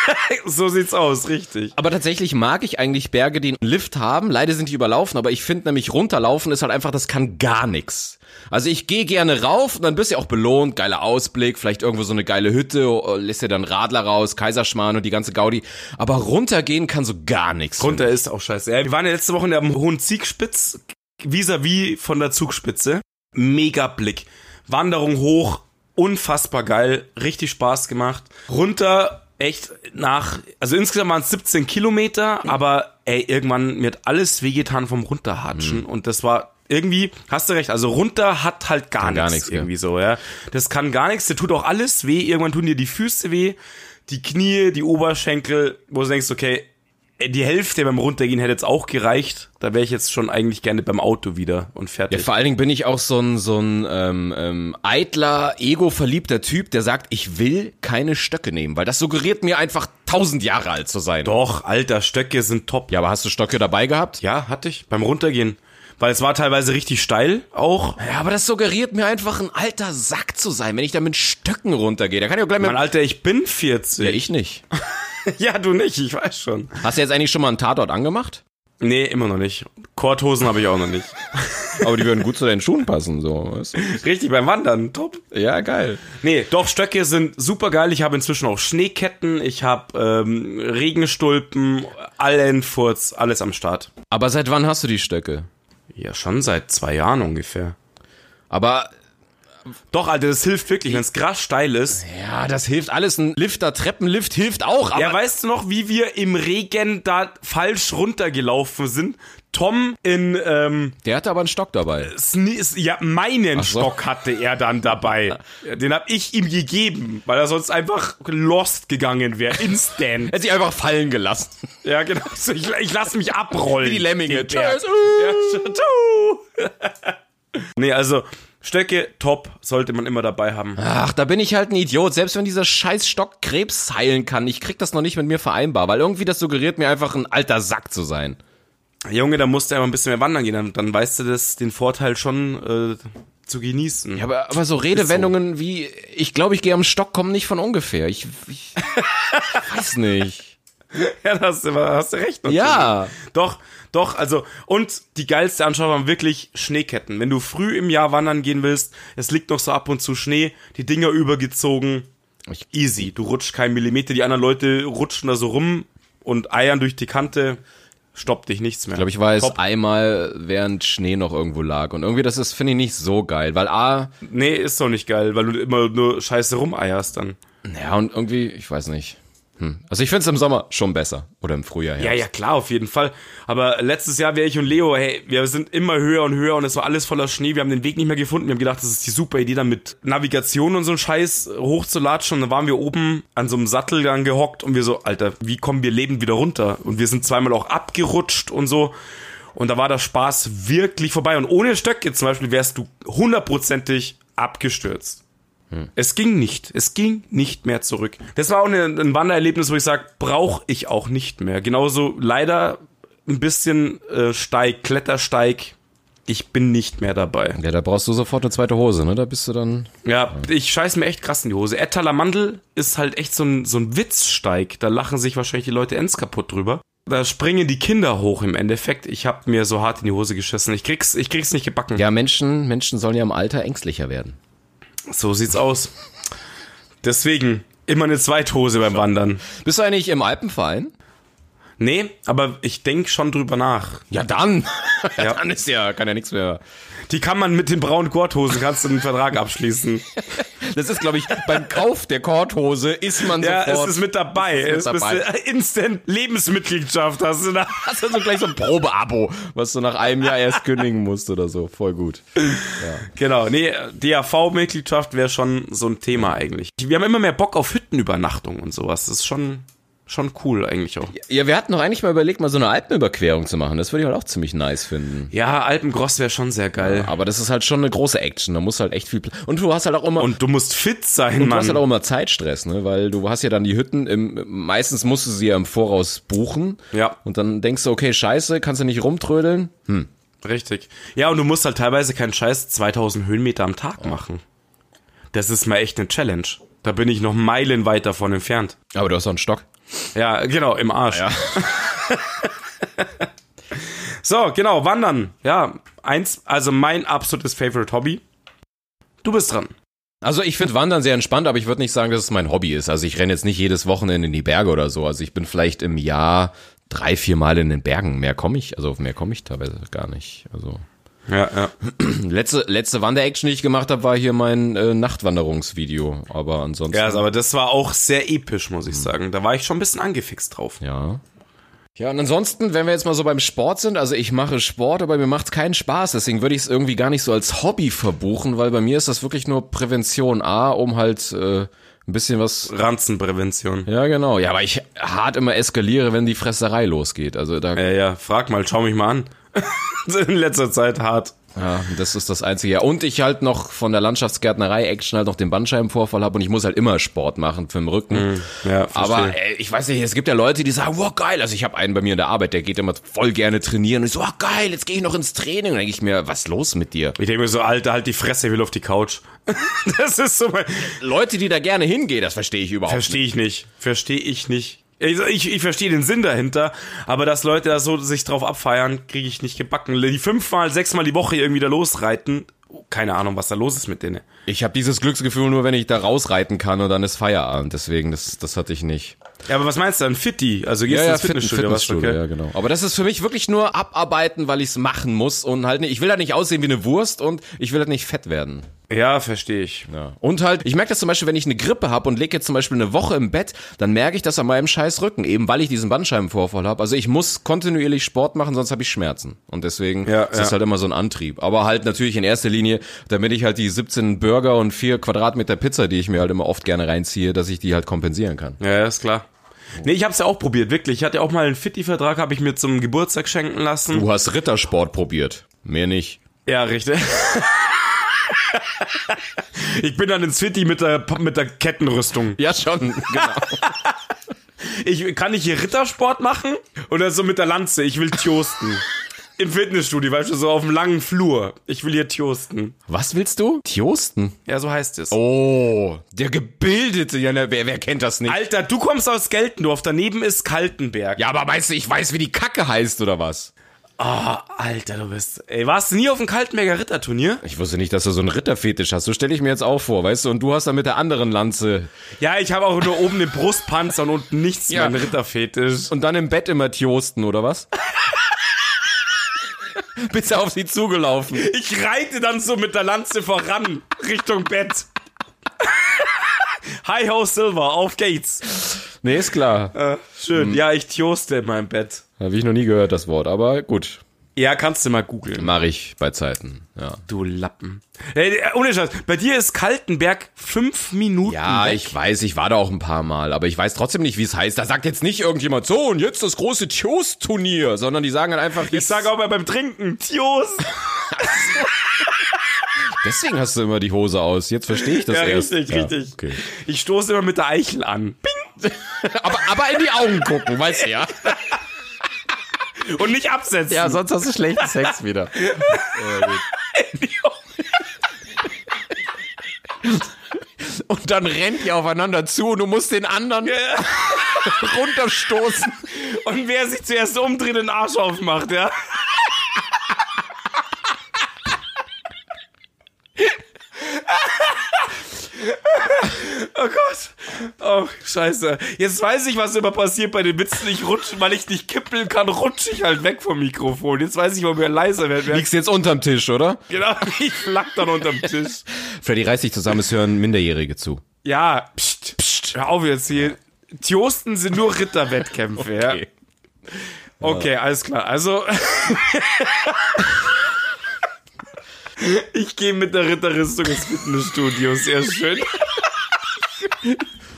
Speaker 2: so sieht's aus, richtig.
Speaker 1: Aber tatsächlich mag ich eigentlich Berge, die einen Lift haben. Leider sind die überlaufen, aber ich finde nämlich runterlaufen ist halt einfach, das kann gar nix. Also ich gehe gerne rauf und dann bist du ja auch belohnt, geiler Ausblick, vielleicht irgendwo so eine geile Hütte, äh, lässt dir dann Radler raus, Kaiserschmarrn und die ganze Gaudi. Aber runtergehen kann so gar nix.
Speaker 2: Runter ist auch scheiße. Ja, wir waren ja letzte Woche in der Hohen Ziegspitz, vis-à-vis von der Zugspitze. Mega Blick. Wanderung hoch, unfassbar geil, richtig Spaß gemacht. Runter, echt nach, also insgesamt waren es 17 Kilometer, aber ey, irgendwann, mir hat alles wehgetan vom Runterhatschen
Speaker 1: Mhm.
Speaker 2: und das war irgendwie, hast du recht, also runter hat halt gar
Speaker 1: gar
Speaker 2: nichts.
Speaker 1: nichts, ja.
Speaker 2: irgendwie so, ja. Das kann gar nichts, dir tut auch alles weh, irgendwann tun dir die Füße weh, die Knie, die Oberschenkel, wo du denkst, okay, die Hälfte beim Runtergehen hätte jetzt auch gereicht. Da wäre ich jetzt schon eigentlich gerne beim Auto wieder und fertig.
Speaker 1: Ja, vor allen Dingen bin ich auch so ein, so ein ähm, ähm, eitler, ego-verliebter Typ, der sagt, ich will keine Stöcke nehmen, weil das suggeriert mir einfach tausend Jahre alt zu sein.
Speaker 2: Doch, alter, Stöcke sind top.
Speaker 1: Ja, aber hast du Stöcke dabei gehabt?
Speaker 2: Ja, hatte ich. Beim Runtergehen. Weil es war teilweise richtig steil auch.
Speaker 1: Ja, aber das suggeriert mir einfach, ein alter Sack zu sein, wenn ich da mit Stöcken runtergehe. Da kann ich auch gleich
Speaker 2: Mein
Speaker 1: mit...
Speaker 2: Alter, ich bin
Speaker 1: Ja,
Speaker 2: 40.
Speaker 1: ich nicht.
Speaker 2: Ja, du nicht, ich weiß schon.
Speaker 1: Hast du jetzt eigentlich schon mal einen Tatort angemacht?
Speaker 2: Nee, immer noch nicht. Korthosen habe ich auch noch nicht.
Speaker 1: Aber die würden gut zu deinen Schuhen passen, so. weißt du?
Speaker 2: Richtig, beim Wandern, top.
Speaker 1: Ja, geil.
Speaker 2: Nee, doch, Stöcke sind super geil. Ich habe inzwischen auch Schneeketten, ich habe ähm, Regenstulpen, allen Furz, alles am Start.
Speaker 1: Aber seit wann hast du die Stöcke?
Speaker 2: Ja, schon seit zwei Jahren ungefähr.
Speaker 1: Aber
Speaker 2: Doch, Alter, das hilft wirklich, wenn es krass steil ist.
Speaker 1: ja, das hilft alles. Ein Lifter, Treppenlift hilft auch. Aber
Speaker 2: Ja, weißt du noch, wie wir im Regen da falsch runtergelaufen sind? Tom in ähm,
Speaker 1: der hatte aber einen Stock dabei.
Speaker 2: Sne- ja, meinen
Speaker 1: so.
Speaker 2: Stock hatte er dann dabei. Den hab ich ihm gegeben, weil er sonst einfach lost gegangen wäre. Instant.
Speaker 1: Hätte sich einfach fallen gelassen.
Speaker 2: ja, genau. So, ich, ich lass mich abrollen.
Speaker 1: Wie die Lemminge.
Speaker 2: Den Berg.
Speaker 1: Tschüss.
Speaker 2: Ja, tschüss. Nee, also Stöcke top sollte man immer dabei haben.
Speaker 1: Ach, da bin ich halt ein Idiot. Selbst wenn dieser scheiß Stock Krebs heilen kann, ich krieg das noch nicht mit mir vereinbar, weil irgendwie das suggeriert mir einfach, ein alter Sack zu sein.
Speaker 2: Junge, da musst du einfach ein bisschen mehr wandern gehen, dann, dann weißt du das, den Vorteil schon äh, zu genießen.
Speaker 1: Ja, aber, aber so Redewendungen wie, ich glaube, ich gehe am Stock, kommen nicht von ungefähr. Ich, ich weiß nicht.
Speaker 2: Ja, da hast du, hast du recht. natürlich.
Speaker 1: Ja.
Speaker 2: Doch, doch, also, und die geilste Anschauung waren wirklich Schneeketten. Wenn du früh im Jahr wandern gehen willst, es liegt noch so ab und zu Schnee, die Dinger übergezogen,
Speaker 1: Ich-
Speaker 2: easy. Du rutschst keinen Millimeter, die anderen Leute rutschen da so rum und eiern durch die Kante, stoppt dich nichts mehr.
Speaker 1: Ich glaube, ich weiß
Speaker 2: Top.
Speaker 1: einmal, während Schnee noch irgendwo lag. Und irgendwie, das ist, finde ich, nicht so geil, weil A,
Speaker 2: Nee, ist doch nicht geil, weil du immer nur scheiße rumeierst dann.
Speaker 1: ja, und irgendwie, ich weiß nicht. Hm. Also ich finde es im Sommer schon besser. Oder im Frühjahr,
Speaker 2: Ja, ja, klar, auf jeden Fall. Aber letztes Jahr wäre ich und Leo, hey, wir sind immer höher und höher und es war alles voller Schnee. Wir haben den Weg nicht mehr gefunden. Wir haben gedacht, das ist die super Idee, dann mit Navigation und so einen Scheiß hochzulatschen. Und dann waren wir oben an so einem Sattel dann gehockt und wir so, Alter, wie kommen wir lebend wieder runter? Und wir sind zweimal auch abgerutscht und so. Und da war der Spaß wirklich vorbei. Und ohne Stöcke zum Beispiel wärst du hundertprozentig abgestürzt. Es ging nicht. Es ging nicht mehr zurück. Das war auch eine, ein Wandererlebnis, wo ich sage, brauche ich auch nicht mehr. Genauso leider ein bisschen äh, Steig, Klettersteig. Ich bin nicht mehr dabei.
Speaker 1: Ja, da brauchst du sofort eine zweite Hose, ne? Da bist du dann.
Speaker 2: Ja, ich scheiß mir echt krass in die Hose. Ettaler Mandel ist halt echt so ein, so ein Witzsteig. Da lachen sich wahrscheinlich die Leute ends kaputt drüber. Da springen die Kinder hoch im Endeffekt. Ich hab mir so hart in die Hose geschissen. Ich krieg's, ich krieg's nicht gebacken.
Speaker 1: Ja, Menschen, Menschen sollen ja im Alter ängstlicher werden.
Speaker 2: So sieht's aus. Deswegen immer eine Zweithose beim Wandern.
Speaker 1: Bist du eigentlich im Alpenverein?
Speaker 2: Nee, aber ich denk schon drüber nach.
Speaker 1: Ja, dann. Ja,
Speaker 2: Ja.
Speaker 1: dann ist ja, kann ja nichts mehr.
Speaker 2: Die kann man mit den braunen Gurthosen, kannst du einen Vertrag abschließen.
Speaker 1: Das ist, glaube ich, beim Kauf der Korthose ist man
Speaker 2: ja,
Speaker 1: sofort.
Speaker 2: es ist mit dabei.
Speaker 1: Es
Speaker 2: Es
Speaker 1: ist mit
Speaker 2: ist Instant Lebensmitgliedschaft hast du da.
Speaker 1: hast du so gleich so ein Probeabo, was du nach einem Jahr erst kündigen musst oder so. Voll gut.
Speaker 2: Genau, nee, DAV-Mitgliedschaft wäre schon so ein Thema eigentlich. Wir haben immer mehr Bock auf Hüttenübernachtung und sowas. Das ist schon, schon cool eigentlich auch.
Speaker 1: Ja, wir hatten doch eigentlich mal überlegt, mal so eine Alpenüberquerung zu machen. Das würde ich halt auch ziemlich nice finden.
Speaker 2: Ja, Alpengross wäre schon sehr geil.
Speaker 1: Aber das ist halt schon eine große Action. Da musst du halt echt viel. Pla und du hast halt auch immer.
Speaker 2: Und du musst fit sein,
Speaker 1: Du
Speaker 2: Mann.
Speaker 1: hast halt auch immer Zeitstress, ne? Weil du hast ja dann die Hütten im, meistens musst du sie ja im Voraus buchen.
Speaker 2: Ja.
Speaker 1: Und dann denkst du, okay, scheiße, kannst du nicht rumtrödeln?
Speaker 2: Richtig. Ja, und du musst halt teilweise keinen Scheiß 2000 Höhenmeter am Tag machen. Das ist mal echt eine Challenge. Da bin ich noch meilenweit davon entfernt.
Speaker 1: Aber du hast doch einen Stock.
Speaker 2: Ja, genau, im Arsch.
Speaker 1: Ja.
Speaker 2: so, genau, wandern. Ja, eins, also mein absolutes Favorite Hobby. Du bist dran.
Speaker 1: Also ich finde Wandern sehr entspannt, aber ich würde nicht sagen, dass es mein Hobby ist. Also ich renne jetzt nicht jedes Wochenende in die Berge oder so. Also ich bin vielleicht im Jahr drei, vier Mal in den Bergen. Mehr komme ich, also auf mehr komme ich teilweise gar nicht. Also
Speaker 2: Ja, ja.
Speaker 1: letzte letzte Wanderaction, die ich gemacht habe, war hier mein äh, Nachtwanderungsvideo. Aber ansonsten
Speaker 2: Ja, also, aber das war auch sehr episch, muss ich sagen. Da war ich schon ein bisschen angefixt drauf.
Speaker 1: Ja. Ja, und ansonsten, wenn wir jetzt mal so beim Sport sind, also ich mache Sport, aber mir macht's keinen Spaß, deswegen würde ich es irgendwie gar nicht so als Hobby verbuchen, weil bei mir ist das wirklich nur Prävention A, um halt äh, ein bisschen was.
Speaker 2: Ranzenprävention.
Speaker 1: Ja, genau. Ja, aber ich hart immer eskaliere, wenn die Fresserei losgeht. Also da,
Speaker 2: Ja, ja, frag mal, schau mich mal an. In letzter Zeit hart.
Speaker 1: ja, das ist das Einzige. Ja, und ich halt noch von der Landschaftsgärtnerei Action halt noch den Bandscheibenvorfall habe und ich muss halt immer Sport machen für den Rücken.
Speaker 2: Ja, Mhm. verstehe.
Speaker 1: Aber äh, ich weiß nicht, es gibt ja Leute, die sagen, wow, geil. Also ich habe einen bei mir in der Arbeit, der geht immer voll gerne trainieren. Und ich so, wow, geil, jetzt gehe ich noch ins Training. Und denke ich mir, was ist los mit dir?
Speaker 2: ich denke mir so, Alter, halt die Fresse, ich will auf die Couch. das ist so mein,
Speaker 1: Leute, die da gerne hingehen, das verstehe ich überhaupt nicht.
Speaker 2: Verstehe ich nicht. Verstehe ich nicht. Ich, ich, ich verstehe den Sinn dahinter, aber dass Leute da so sich drauf abfeiern, kriege ich nicht gebacken. Die fünfmal, sechsmal die Woche irgendwie da losreiten, keine Ahnung, was da los ist mit denen.
Speaker 1: Ich habe dieses Glücksgefühl nur, wenn ich da rausreiten kann und dann ist Feierabend. Deswegen, das, das hatte ich nicht.
Speaker 2: Ja, aber was meinst du dann? Fitti? Also gehst du ins
Speaker 1: Fit-
Speaker 2: Fitnessstudio? was,
Speaker 1: Fitnessstudio, ja, genau. Aber das ist für mich wirklich nur abarbeiten, weil ich es machen muss und halt nicht, ich will halt nicht aussehen wie eine Wurst und ich will halt nicht fett werden.
Speaker 2: okay? Ja, verstehe ich.
Speaker 1: Ja. Und halt, ich merke das zum Beispiel, wenn ich eine Grippe habe und liege jetzt zum Beispiel eine Woche im Bett, dann merke ich das an meinem scheiß Rücken, eben weil ich diesen Bandscheibenvorfall habe. Also ich muss kontinuierlich Sport machen, sonst habe ich Schmerzen. Und deswegen
Speaker 2: Ja,
Speaker 1: ist
Speaker 2: ja.
Speaker 1: das halt immer so ein Antrieb. Aber halt natürlich in erster Linie, damit ich halt die 17 Burger und 4 Quadratmeter Pizza, die ich mir halt immer oft gerne reinziehe, dass ich die halt kompensieren kann.
Speaker 2: Ja, ja, ist klar. Nee, ich hab's ja auch probiert, wirklich. Ich hatte auch mal einen Fitti-Vertrag, habe ich mir zum Geburtstag schenken lassen.
Speaker 1: Du hast Rittersport probiert, mehr nicht.
Speaker 2: Ja, richtig. Ich bin dann ins City mit der, mit der Kettenrüstung.
Speaker 1: Ja, schon, genau.
Speaker 2: Ich, kann ich hier Rittersport machen? Oder so mit der Lanze? Ich will tjosten. Im Fitnessstudio, weißt du, so auf dem langen Flur. Ich will hier tjosten.
Speaker 1: Was willst du? Tiosten?
Speaker 2: Ja, so heißt es.
Speaker 1: Oh, der Gebildete, ja, ne, wer, wer kennt das nicht?
Speaker 2: Alter, du kommst aus Geltendorf, daneben ist Kaltenberg.
Speaker 1: Ja, aber meinst du, ich weiß, wie die Kacke heißt, oder was?
Speaker 2: Ah, Alter, du bist. Ey, warst du nie auf dem Kaltenberger Ritterturnier?
Speaker 1: Ich wusste nicht, dass du so einen Ritterfetisch hast. So stelle ich mir jetzt auch vor, weißt du? Und du hast dann mit der anderen Lanze
Speaker 2: Ja, ich habe auch nur oben den Brustpanzer und unten nichts
Speaker 1: Ja.
Speaker 2: mehr, einen Ritterfetisch.
Speaker 1: und dann im Bett immer Tiosten, oder was? Bist du auf sie zugelaufen?
Speaker 2: Ich reite dann so mit der Lanze voran, Richtung Bett. Hi ho Silver, auf geht's.
Speaker 1: Nee, ist klar.
Speaker 2: Äh,
Speaker 1: hm.
Speaker 2: schön. Ja, ich tjoste in meinem Bett.
Speaker 1: Habe ich noch nie gehört, das Wort, aber gut.
Speaker 2: Ja, kannst du mal googeln.
Speaker 1: Mache ich bei Zeiten, ja.
Speaker 2: Du Lappen. Ey, ohne Scheiß, bei dir ist Kaltenberg fünf Minuten
Speaker 1: Ja,
Speaker 2: weg.
Speaker 1: ich weiß, ich war da auch ein paar Mal, aber ich weiß trotzdem nicht, wie es heißt. Da sagt jetzt nicht irgendjemand so und jetzt das große Tjost-Turnier, sondern die sagen halt einfach, jetzt,
Speaker 2: Ich sage auch mal beim Trinken, Tjost.
Speaker 1: deswegen hast du immer die Hose aus. Jetzt verstehe ich das
Speaker 2: Ja,
Speaker 1: erst.
Speaker 2: richtig,
Speaker 1: Ja,
Speaker 2: richtig.
Speaker 1: okay.
Speaker 2: Ich stoße immer mit der Eichel an.
Speaker 1: Aber, aber in die Augen gucken, weißt du ja.
Speaker 2: Bing. Und nicht absetzen.
Speaker 1: sonst hast du schlechten Sex wieder. Und dann rennt ihr aufeinander zu und du musst den anderen runterstoßen.
Speaker 2: Und wer sich zuerst umdreht, den Arsch aufmacht, ja? Oh Gott. Oh, scheiße. Jetzt weiß ich, was immer passiert bei den Witzen. Ich rutsche, weil ich nicht kippeln kann, rutsche ich halt weg vom Mikrofon. Jetzt weiß ich, warum wir leiser werden. werden.
Speaker 1: Liegst jetzt unterm Tisch, oder?
Speaker 2: Genau, ich flack dann unterm Tisch.
Speaker 1: Freddy, reiß dich zusammen, es hören Minderjährige zu.
Speaker 2: Ja, pst, pst, hör auf jetzt hier. Tjosten sind nur Ritterwettkämpfe, ja.
Speaker 1: Okay.
Speaker 2: Okay, alles klar. Also. ich gehe mit der Ritterrüstung ins Fitnessstudio. Sehr schön.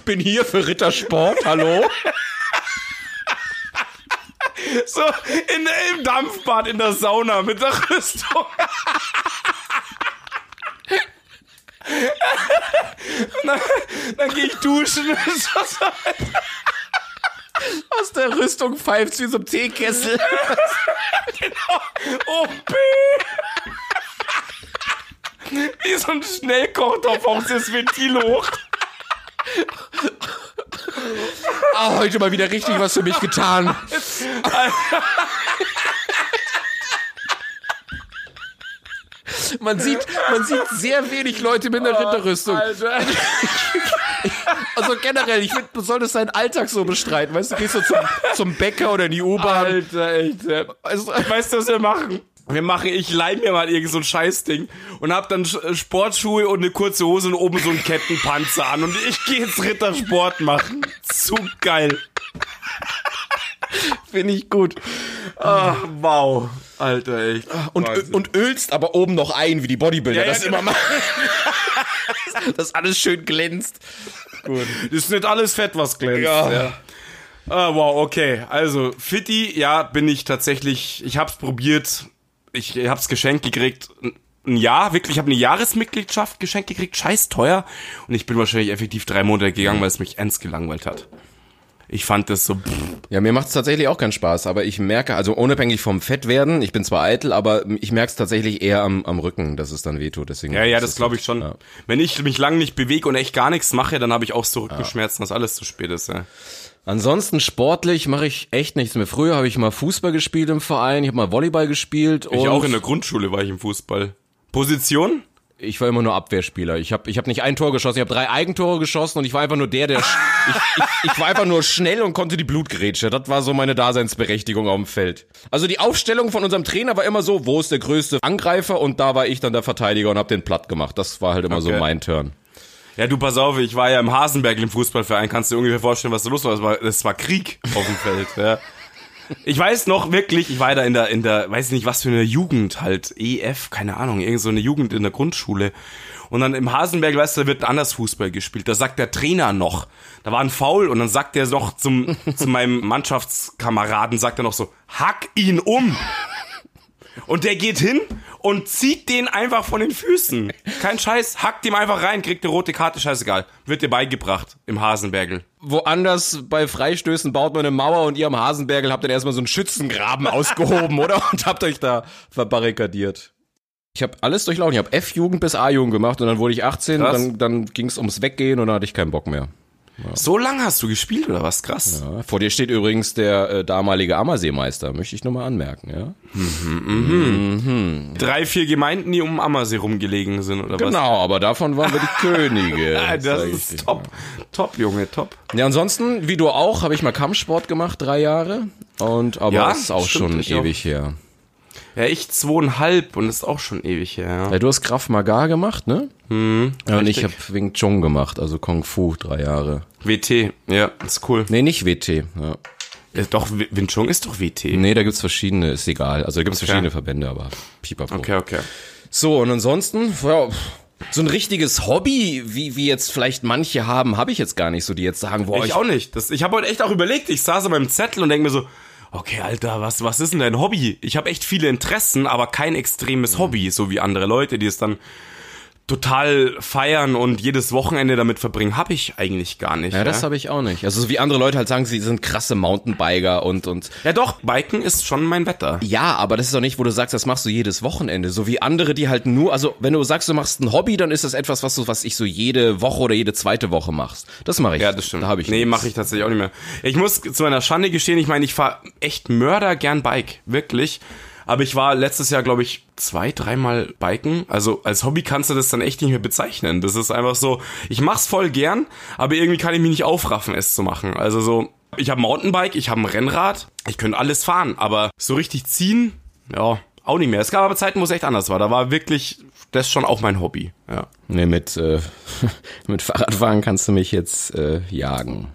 Speaker 1: Bin hier für Rittersport, hallo?
Speaker 2: So in, im Dampfbad, in der Sauna mit der Rüstung. dann dann gehe ich duschen.
Speaker 1: Aus der Rüstung pfeifst wie so ein Teekessel.
Speaker 2: Oh, Wie so ein Schnellkochtopf auf das Ventil hoch.
Speaker 1: Ah, heute mal wieder richtig was für mich getan. Man sieht, man sieht sehr wenig Leute mit einer Ritterrüstung.
Speaker 2: Alter.
Speaker 1: Also generell, ich finde, du solltest deinen Alltag so bestreiten. Weißt du, gehst du zum, zum Bäcker oder in die U-Bahn.
Speaker 2: Alter, echt. ja.
Speaker 1: Also,
Speaker 2: Weißt du, was wir machen? Wir machen, ich leih mir mal irgend so ein Scheißding und hab dann Sch- äh, Sportschuhe und eine kurze Hose und oben so einen Kettenpanzer an und ich gehe jetzt Rittersport machen. Zu geil.
Speaker 1: finde ich gut.
Speaker 2: Ach, wow. Alter, echt.
Speaker 1: Und,
Speaker 2: Wahnsinn.
Speaker 1: und ölst aber oben noch ein, wie die Bodybuilder
Speaker 2: Ja, ja,
Speaker 1: das
Speaker 2: genau.
Speaker 1: immer machen. Dass alles schön glänzt. Gut.
Speaker 2: ist nicht alles Fett, was glänzt.
Speaker 1: Ja.
Speaker 2: Ah, wow, okay. Also, Fitti, ja, bin ich tatsächlich, ich hab's probiert, ich hab's geschenkt gekriegt, ein- ein Jahr, wirklich, ich habe eine Jahresmitgliedschaft geschenkt gekriegt, scheiß teuer. Und ich bin wahrscheinlich effektiv drei Monate gegangen, weil es mich ernst gelangweilt hat. Ich fand das so, pff,
Speaker 1: Ja, mir macht es tatsächlich auch keinen Spaß, aber ich merke, also unabhängig vom Fettwerden, ich bin zwar eitel, aber ich merke es tatsächlich eher am, am Rücken, dass es halt, dann wehtut. Deswegen
Speaker 2: ja, ja, das glaube ich schon. Wenn ich mich lang nicht bewege und echt gar nichts mache, dann habe ich auch so Rückenschmerzen, dass alles zu spät ist. Ja.
Speaker 1: Ansonsten sportlich mache ich echt nichts mehr. Früher habe ich mal Fußball gespielt im Verein, ich habe mal Volleyball gespielt und
Speaker 2: Ich auch in der Grundschule war ich im Fußball. Position?
Speaker 1: ich war immer nur Abwehrspieler. Ich habe ich hab nicht ein Tor geschossen, ich habe drei Eigentore geschossen und ich war einfach nur der, der sch- ich, ich, ich war einfach nur schnell und konnte die Blutgrätsche. Das war so meine Daseinsberechtigung auf dem Feld. Also die Aufstellung von unserem Trainer war immer so, wo ist der größte Angreifer und da war ich dann der Verteidiger und habe den platt gemacht. Das war halt immer so
Speaker 2: Okay.
Speaker 1: mein Turn.
Speaker 2: Ja, du pass auf, ich war ja im Hasenberg im Fußballverein, kannst du dir ungefähr vorstellen, was da los war. Das war, das war Krieg auf dem Feld, ja. Ich weiß noch wirklich, ich war da in der, in der, weiß nicht, was für eine Jugend halt, EF, keine Ahnung, irgend so eine Jugend in der Grundschule. Und dann im Hasenberg, weißt du, da wird anders Fußball gespielt. Da sagt der Trainer noch, da war ein Foul und dann sagt er noch zum, zu meinem Mannschaftskameraden, sagt er noch so, hack ihn um. Und der geht hin und zieht den einfach von den Füßen. Kein Scheiß, hackt ihm einfach rein, kriegt eine rote Karte, scheißegal. Wird dir beigebracht im Hasenbergel.
Speaker 1: Woanders bei Freistößen baut man eine Mauer und ihr am Hasenbergel habt dann erstmal so einen Schützengraben ausgehoben, oder? Und habt euch da verbarrikadiert. Ich habe alles durchlaufen. Ich habe F-Jugend bis A-Jugend gemacht und dann wurde ich 18,
Speaker 2: Krass.
Speaker 1: dann, dann ging es ums Weggehen und dann hatte ich keinen Bock mehr.
Speaker 2: So lange hast du gespielt oder was? Krass.
Speaker 1: Ja, vor dir steht übrigens der äh, damalige Ammerseemeister, möchte ich nochmal anmerken, ja?
Speaker 2: Drei, vier Gemeinden, die um den Ammersee rumgelegen sind oder was?
Speaker 1: Genau, aber davon waren wir die Könige.
Speaker 2: Ah,
Speaker 1: sag
Speaker 2: das
Speaker 1: ich
Speaker 2: ist
Speaker 1: dir.
Speaker 2: top. Top, Junge, top.
Speaker 1: Ja, ansonsten, wie du auch, habe ich mal Kampfsport gemacht, drei Jahre. Und aber
Speaker 2: Ja,
Speaker 1: das ist auch
Speaker 2: stimmt,
Speaker 1: schon
Speaker 2: ich auch.
Speaker 1: ewig her.
Speaker 2: Ja, ich zweieinhalb und das ist auch schon ewig her. Ja.
Speaker 1: Ja, du hast Krav Maga gemacht, ne? Mhm, ja, und ich habe Wing Chun gemacht, also Kung Fu, drei Jahre.
Speaker 2: WT, ja, ist cool.
Speaker 1: Nee, nicht WT. Ja.
Speaker 2: Äh, Doch, W- Wing Chun ist doch WT.
Speaker 1: Nee, da gibt's verschiedene, ist egal. Also da gibt's
Speaker 2: Okay.
Speaker 1: verschiedene Verbände, aber pipapo.
Speaker 2: Okay, okay.
Speaker 1: So, und ansonsten, ja, pff, so ein richtiges Hobby, wie, wie jetzt vielleicht manche haben, habe ich jetzt gar nicht so, die jetzt sagen, boah,
Speaker 2: Ich,
Speaker 1: ich,
Speaker 2: auch nicht. Das, ich habe heute echt auch überlegt. Ich saß an meinem Zettel und denke mir so, okay, Alter, was, was ist denn dein Hobby? Ich habe echt viele Interessen, aber kein extremes
Speaker 1: Mhm.
Speaker 2: Hobby, so wie andere Leute, die es dann total feiern und jedes Wochenende damit verbringen, habe ich eigentlich gar nicht.
Speaker 1: ja, das habe ich auch nicht. Also so wie andere Leute halt sagen, sie sind krasse Mountainbiker und, und
Speaker 2: ja doch, Biken ist schon mein Wetter.
Speaker 1: Ja, aber das ist doch nicht, wo du sagst, das machst du jedes Wochenende. So wie andere, die halt nur, also wenn du sagst, du machst ein Hobby, dann ist das etwas, was du, was ich so jede Woche oder jede zweite Woche machst. Das mache ich.
Speaker 2: Ja, das stimmt.
Speaker 1: Da habe ich.
Speaker 2: nee,
Speaker 1: nichts.
Speaker 2: mache ich tatsächlich auch nicht mehr. Ich muss zu meiner Schande gestehen, ich meine, ich fahr echt Mörder gern Bike, wirklich. Aber ich war letztes Jahr, glaube ich, zwei, dreimal Biken. Also als Hobby kannst du das dann echt nicht mehr bezeichnen. Das ist einfach so, ich mach's voll gern, aber irgendwie kann ich mich nicht aufraffen, es zu machen. Also so, ich habe ein Mountainbike, ich habe ein Rennrad, ich könnte alles fahren, aber so richtig ziehen, ja, auch nicht mehr. Es gab aber Zeiten, wo es echt anders war. Da war wirklich das schon auch mein Hobby. Ja.
Speaker 1: Nee, mit, äh, mit Fahrradfahren kannst du mich jetzt äh, jagen.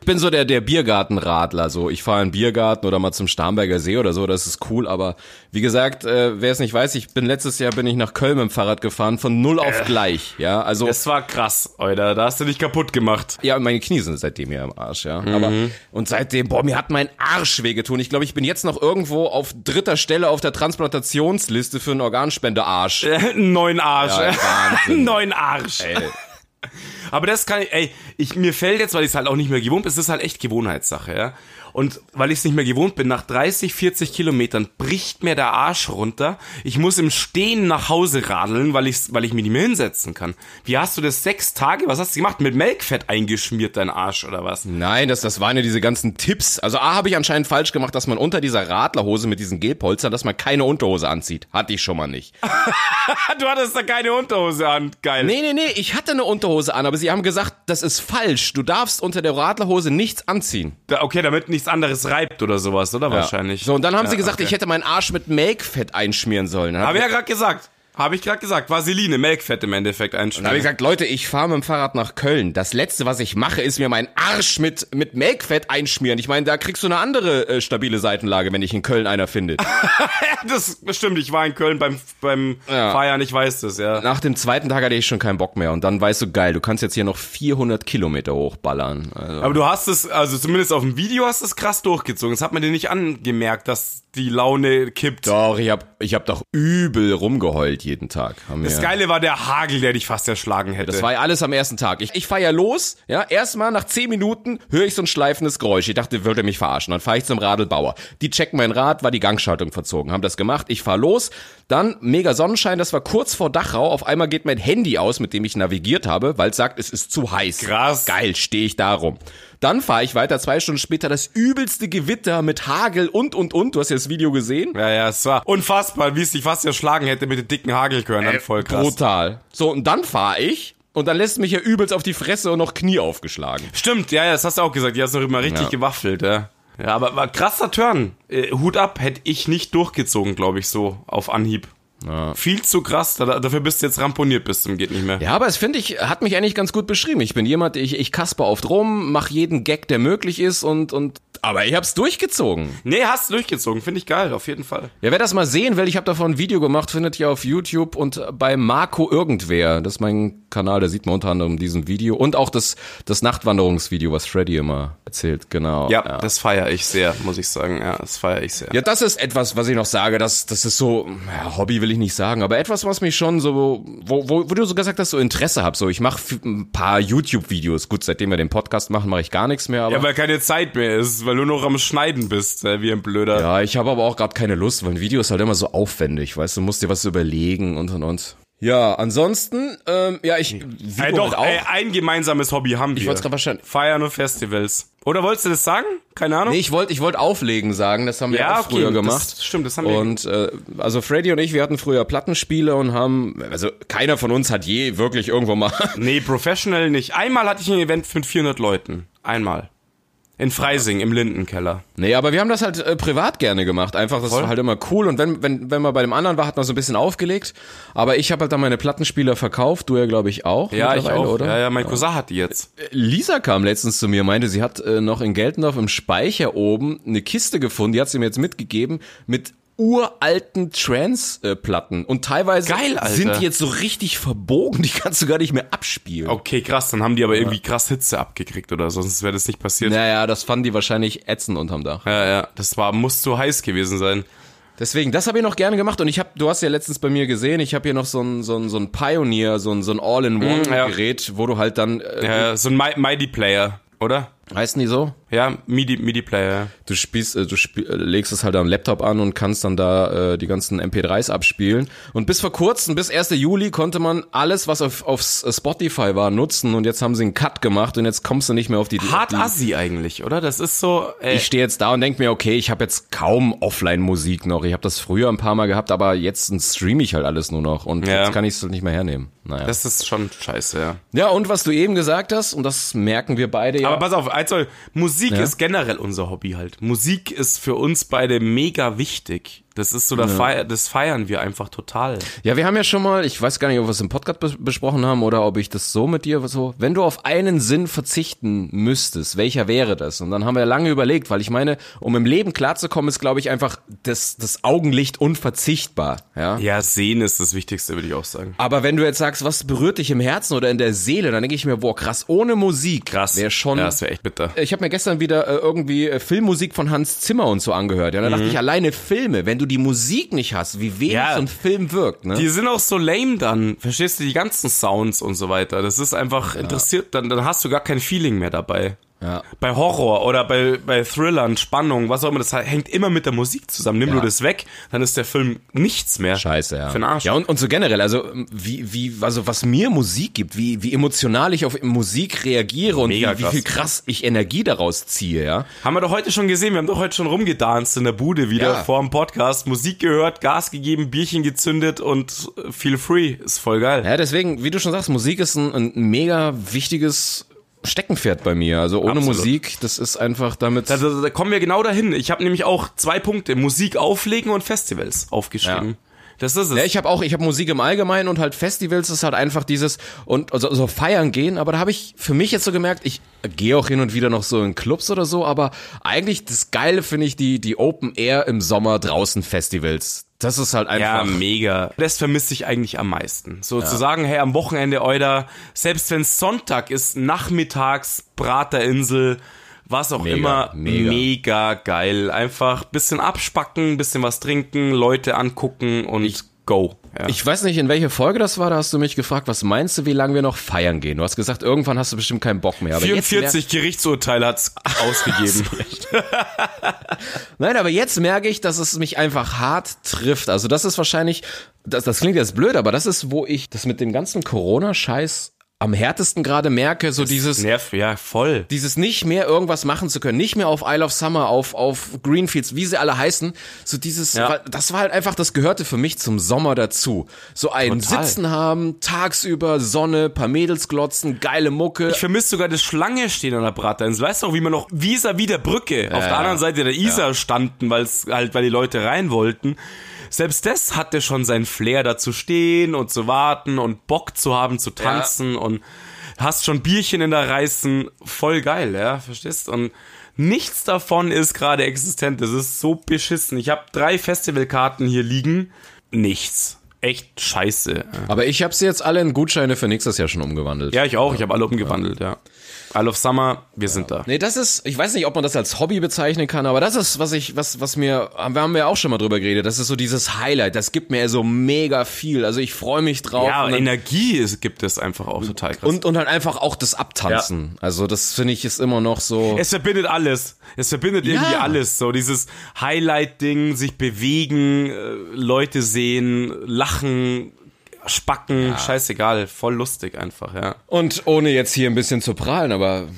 Speaker 1: Ich bin so der, der Biergartenradler, so ich fahre in den Biergarten oder mal zum Starnberger See oder so, das ist cool, aber wie gesagt, äh, wer es nicht weiß, ich bin letztes Jahr bin ich nach Köln mit dem Fahrrad gefahren, von null auf
Speaker 2: Äh.
Speaker 1: gleich, ja, also
Speaker 2: Das war krass, Alter. Da hast du dich kaputt gemacht.
Speaker 1: Ja, meine Knie sind seitdem ja im Arsch, ja. Aber
Speaker 2: Mhm.
Speaker 1: und seitdem, boah, mir hat mein Arsch wehgetun. Ich glaube, ich bin jetzt noch irgendwo auf dritter Stelle auf der Transplantationsliste für einen Organspendearsch.
Speaker 2: Neun Äh, Arsch.
Speaker 1: Ja, Wahnsinn.
Speaker 2: Neun Arsch.
Speaker 1: Ey.
Speaker 2: Aber das kann ich, ey, ich, mir fällt jetzt, weil ich es halt auch nicht mehr gewohnt bin, es ist halt echt Gewohnheitssache, ja. Und weil ich es nicht mehr gewohnt bin, nach 30, 40 Kilometern bricht mir der Arsch runter. Ich muss im Stehen nach Hause radeln, weil, ich's, weil ich mich nicht mehr hinsetzen kann. Wie hast du das sechs Tage, was hast du gemacht? Mit Melkfett eingeschmiert, dein Arsch oder was?
Speaker 1: Nein, das, das waren ja diese ganzen Tipps. Also A habe ich anscheinend falsch gemacht, dass man unter dieser Radlerhose mit diesen Gelpolstern, dass man keine Unterhose anzieht. Hatte ich schon mal nicht.
Speaker 2: Du hattest da keine Unterhose an, geil.
Speaker 1: Nee, nee, nee, ich hatte eine Unterhose an, aber sie haben gesagt, das ist falsch. Du darfst unter der Radlerhose nichts anziehen.
Speaker 2: Da, okay, damit nichts anderes reibt oder sowas, oder wahrscheinlich?
Speaker 1: So, und dann haben
Speaker 2: Ja,
Speaker 1: sie gesagt,
Speaker 2: okay.
Speaker 1: ich hätte meinen Arsch mit Melkfett einschmieren sollen. Dann hab
Speaker 2: Hab ich ja gerade gesagt. Habe ich gerade gesagt. Vaseline, Melkfett im Endeffekt
Speaker 1: Da habe ich
Speaker 2: einschmieren.
Speaker 1: gesagt, Leute, ich fahre mit dem Fahrrad nach Köln. Das Letzte, was ich mache, ist mir meinen Arsch mit, mit Melkfett einschmieren. Ich meine, da kriegst du eine andere äh, stabile Seitenlage, wenn ich in Köln einer findet.
Speaker 2: Das stimmt, ich war in Köln beim, beim
Speaker 1: Ja.
Speaker 2: Feiern, ich weiß das, ja.
Speaker 1: Nach dem zweiten Tag hatte ich schon keinen Bock mehr. Und dann weißt du, geil, du kannst jetzt hier noch 400 Kilometer hochballern. Also,
Speaker 2: Aber du hast es, also zumindest auf dem Video hast du es krass durchgezogen. Das hat man dir nicht angemerkt, dass die Laune kippt.
Speaker 1: doch, ich hab, ich hab doch übel rumgeheult jeden Tag. Haben
Speaker 2: Das
Speaker 1: wir-
Speaker 2: Geile war der Hagel, der dich fast erschlagen hätte.
Speaker 1: Das war ja alles am ersten Tag. Ich, ich fahre ja los, ja, erstmal nach 10 Minuten höre ich so ein schleifendes Geräusch. Ich dachte, wollt ihr mich verarschen? Dann fahre ich zum Radelbauer. Die checken mein Rad, war die Gangschaltung verzogen, haben das gemacht. Ich fahre los, dann mega Sonnenschein, das war kurz vor Dachau. Auf einmal geht mein Handy aus, mit dem ich navigiert habe, weil es sagt, es ist zu heiß.
Speaker 2: Krass.
Speaker 1: Geil, stehe ich darum. Dann fahre ich weiter, zwei Stunden später das übelste Gewitter mit Hagel und, und, und. Du hast ja das Video gesehen.
Speaker 2: ja, ja, es war unfassbar, wie es dich fast erschlagen hätte mit den dicken Hagelkörnern. Voll krass.
Speaker 1: Brutal. So, und dann fahre ich. Und dann lässt mich ja übelst auf die Fresse und noch Knie aufgeschlagen.
Speaker 2: Stimmt, ja, ja, das hast du auch gesagt. Die hast noch immer richtig
Speaker 1: Ja.
Speaker 2: gewaffelt, ja. Ja, aber war krasser Turn. Äh, Hut ab, hätte ich nicht durchgezogen, glaube ich, so auf Anhieb. Viel zu krass, da, dafür bist du jetzt ramponiert bis zum geht nicht mehr.
Speaker 1: Ja, aber es finde ich, hat mich eigentlich ganz gut beschrieben. Ich bin jemand, ich, ich kasper oft rum, mache jeden Gag, der möglich ist und, und Aber ich hab's durchgezogen.
Speaker 2: Nee, hast du durchgezogen. Finde ich geil, auf jeden Fall.
Speaker 1: Ja, wer das mal sehen will, ich habe davon ein Video gemacht, findet ihr auf YouTube und bei Marco Irgendwer. Das ist mein Kanal, da sieht man unter anderem diesen Video und auch das, das Nachtwanderungsvideo, was Freddy immer erzählt, genau.
Speaker 2: Ja, das feiere ich sehr, muss ich sagen. Ja, das feiere ich sehr.
Speaker 1: Ja, das ist etwas, was ich noch sage. Das, das ist so, ja, Hobby will ich nicht sagen, aber etwas, was mich schon so, wo, wo, wo du sogar gesagt hast, so Interesse hab. So, ich mache ein paar YouTube-Videos. Gut, seitdem wir den Podcast machen, mache ich gar nichts mehr. Aber
Speaker 2: Ja, weil keine Zeit mehr ist, weil du noch am Schneiden bist, äh, wie ein Blöder.
Speaker 1: ja, ich habe aber auch gerade keine Lust, weil ein Video ist halt immer so aufwendig, weißt du, musst dir was überlegen und und und. Ja, ansonsten, ähm, ja, ich. Video
Speaker 2: Ey, doch,
Speaker 1: halt auch.
Speaker 2: ey, ein gemeinsames Hobby haben wir.
Speaker 1: ich wollte es gerade verstehen.
Speaker 2: Feiern und Festivals. Oder wolltest du das sagen? Keine Ahnung.
Speaker 1: Nee, ich wollte ich wollte auflegen sagen, das haben wir auch früher gemacht.
Speaker 2: Das, stimmt, das haben wir.
Speaker 1: Und äh, also Freddy und ich, wir hatten früher Plattenspiele und haben, also keiner von uns hat je wirklich irgendwo mal.
Speaker 2: nee, professionell nicht. Einmal hatte ich ein Event mit 400 Leuten. Einmal. In Freising, im Lindenkeller.
Speaker 1: nee, aber wir haben das halt äh, privat gerne gemacht. Einfach, das war halt immer cool. Und wenn, wenn, wenn man bei dem anderen war, hat man so ein bisschen aufgelegt. Aber ich habe halt dann meine Plattenspieler verkauft, du ja, glaube ich, auch. mittlerweile, Oder?
Speaker 2: Ja, ja, mein Cousin hat die jetzt.
Speaker 1: Lisa kam letztens zu mir, meinte, sie hat äh, noch in Geltendorf im Speicher oben eine Kiste gefunden, die hat sie mir jetzt mitgegeben, mit uralten Trance-Platten. Und teilweise
Speaker 2: Geil, Alter.
Speaker 1: sind die jetzt so richtig verbogen, die kannst du gar nicht mehr abspielen.
Speaker 2: Okay, krass, dann haben die aber irgendwie krass Hitze abgekriegt oder so, sonst wäre das nicht passiert.
Speaker 1: Naja, das fanden die wahrscheinlich ätzend unterm Dach.
Speaker 2: Ja, ja, das war, muss zu heiß gewesen sein.
Speaker 1: Deswegen, das habe ich noch gerne gemacht und ich habe, du hast ja letztens bei mir gesehen, ich habe hier noch so ein, so ein, so ein Pioneer, so ein, so ein
Speaker 2: Mm, ja.
Speaker 1: All-in-One-Gerät, wo du halt dann, äh,
Speaker 2: Ja, so ein Mi- MIDI-Player, oder?
Speaker 1: heißen die so?
Speaker 2: Ja, MIDI, MIDI-Player.
Speaker 1: du spielst, äh, du spiel, äh, legst es halt am Laptop an und kannst dann da äh, die ganzen MP3s abspielen. Und bis vor kurzem, bis 1. Juli, konnte man alles, was auf, auf S- Spotify war, nutzen. Und jetzt haben sie einen Cut gemacht und jetzt kommst du nicht mehr auf die.
Speaker 2: Hart
Speaker 1: auf
Speaker 2: assi eigentlich, oder? Das ist so, ey,
Speaker 1: die ich stehe jetzt da und denk mir, okay, ich habe jetzt kaum Offline-Musik noch. Ich habe das früher ein paar Mal gehabt, aber jetzt streame ich halt alles nur noch und
Speaker 2: Ja.
Speaker 1: jetzt kann ich es nicht mehr hernehmen. Naja.
Speaker 2: das ist schon scheiße, ja.
Speaker 1: ja, und was du eben gesagt hast, und das merken wir beide ja.
Speaker 2: Aber pass auf, also Musik ist generell unser Hobby halt. Musik ist für uns beide mega wichtig. Das ist so, da feier, das feiern wir einfach total.
Speaker 1: Ja, wir haben ja schon mal, ich weiß gar nicht, ob wir es im Podcast bes- besprochen haben oder ob ich das so mit dir so, wenn du auf einen Sinn verzichten müsstest, welcher wäre das? Und dann haben wir lange überlegt, weil ich meine, um im Leben klarzukommen, ist glaube ich einfach das, das Augenlicht unverzichtbar, ja?
Speaker 2: Ja, sehen ist das Wichtigste, würde ich auch sagen.
Speaker 1: Aber wenn du jetzt sagst, was berührt dich im Herzen oder in der Seele, dann denke ich mir, boah, krass, ohne Musik
Speaker 2: Krass.
Speaker 1: wäre schon
Speaker 2: Ja, das wäre echt bitter.
Speaker 1: ich habe mir gestern wieder äh, irgendwie äh, Filmmusik von Hans Zimmer und so angehört. Ja, da dachte ich alleine Filme, wenn du die Musik nicht hast, wie wenig
Speaker 2: Mhm. Ja.
Speaker 1: so ein Film wirkt, ne?
Speaker 2: Die sind auch so lame dann, verstehst du, die ganzen Sounds und so weiter. Das ist einfach interessiert, dann, dann hast du gar kein Feeling mehr dabei.
Speaker 1: Ja.
Speaker 2: Bei Horror oder bei, bei Thrillern, Spannung, was auch immer, das hängt immer mit der Musik zusammen. Nimm
Speaker 1: Ja.
Speaker 2: du das weg, dann ist der Film nichts mehr.
Speaker 1: Scheiße, ja.
Speaker 2: Für den Arsch.
Speaker 1: Ja, und, und so generell, also wie, wie, also was mir Musik gibt, wie, wie emotional ich auf Musik reagiere und wie,
Speaker 2: Mega
Speaker 1: wie
Speaker 2: krass.
Speaker 1: viel krass ich Energie daraus ziehe, ja.
Speaker 2: Haben wir doch heute schon gesehen, wir haben doch heute schon rumgedanzt in der Bude wieder
Speaker 1: Ja.
Speaker 2: vor dem Podcast, Musik gehört, Gas gegeben, Bierchen gezündet und äh, feel free. Ist voll geil.
Speaker 1: Ja, deswegen, wie du schon sagst, Musik ist ein, ein mega wichtiges Steckenpferd bei mir. Also ohne
Speaker 2: Absolut.
Speaker 1: Musik, das ist einfach damit.
Speaker 2: Da, da, da kommen wir genau dahin. Ich habe nämlich auch zwei Punkte, Musik auflegen und Festivals aufgeschrieben. Das ist es.
Speaker 1: Ja, ich habe auch, ich habe Musik im Allgemeinen und halt Festivals ist halt einfach dieses und also, so feiern gehen, aber da habe ich für mich jetzt so gemerkt, ich gehe auch hin und wieder noch so in Clubs oder so, aber eigentlich das Geile finde ich die, die Open Air im Sommer draußen Festivals. Das ist halt
Speaker 2: Ja,
Speaker 1: einfach.
Speaker 2: mega. Das vermisse ich eigentlich am meisten. So zu sagen, hey, am Wochenende, Euda, selbst wenn Sonntag ist, nachmittags, Braterinsel, was auch
Speaker 1: Mega,
Speaker 2: immer,
Speaker 1: mega.
Speaker 2: mega. geil. Einfach bisschen abspacken, bisschen was trinken, Leute angucken und go. Ja.
Speaker 1: ich weiß nicht, in welche Folge das war, da hast du mich gefragt, was meinst du, wie lange wir noch feiern gehen? Du hast gesagt, irgendwann hast du bestimmt keinen Bock mehr. Aber jetzt merk-
Speaker 2: 44 Gerichtsurteile hat's ausgegeben.
Speaker 1: Nein, aber jetzt merke ich, dass es mich einfach hart trifft. Also das ist wahrscheinlich, das, das klingt jetzt blöd, aber das ist, wo ich das mit dem ganzen Corona-Scheiß am härtesten gerade merke, so dieses,
Speaker 2: Nerv, ja, voll.
Speaker 1: dieses nicht mehr irgendwas machen zu können, nicht mehr auf Isle of Summer, auf, auf Greenfields, wie sie alle heißen, so dieses,
Speaker 2: Ja.
Speaker 1: weil das war halt einfach, das gehörte für mich zum Sommer dazu. So ein
Speaker 2: Total.
Speaker 1: Sitzen haben, tagsüber Sonne, paar Mädels glotzen, geile Mucke.
Speaker 2: Ich vermisse sogar das Schlange stehen an der Braterinsel. Weißt du noch, wie wir noch vis-à-vis der Brücke auf
Speaker 1: ja.
Speaker 2: der anderen Seite der Isar standen, weil es halt, weil die Leute rein wollten. Selbst das hatte schon seinen Flair, da zu stehen und zu warten und Bock zu haben, zu tanzen und hast schon Bierchen in der Reißen. Voll geil, ja, verstehst? Und Nichts davon ist gerade existent. Das ist so beschissen. Ich habe drei Festivalkarten hier liegen. Nichts. Echt scheiße.
Speaker 1: Aber ich habe sie jetzt alle in Gutscheine für nächstes Jahr schon umgewandelt.
Speaker 2: Ja, ich auch. Ich habe alle umgewandelt, ja. All of Summer, wir sind da.
Speaker 1: Nee, das ist, ich weiß nicht, ob man das als Hobby bezeichnen kann, aber das ist, was ich, was, was mir, wir haben ja auch schon mal drüber geredet, das ist so dieses Highlight, das gibt mir so mega viel. Also ich freue mich drauf.
Speaker 2: Ja,
Speaker 1: und, dann,
Speaker 2: Energie ist, gibt es einfach auch total krass.
Speaker 1: und, und halt einfach auch das Abtanzen. Also das finde ich ist immer noch so.
Speaker 2: es verbindet alles. Es verbindet irgendwie
Speaker 1: Ja.
Speaker 2: alles. So dieses Highlight-Ding, sich bewegen, äh, Leute sehen, lachen, spacken, scheißegal. Voll lustig einfach, ja.
Speaker 1: und ohne jetzt hier ein bisschen zu prahlen, aber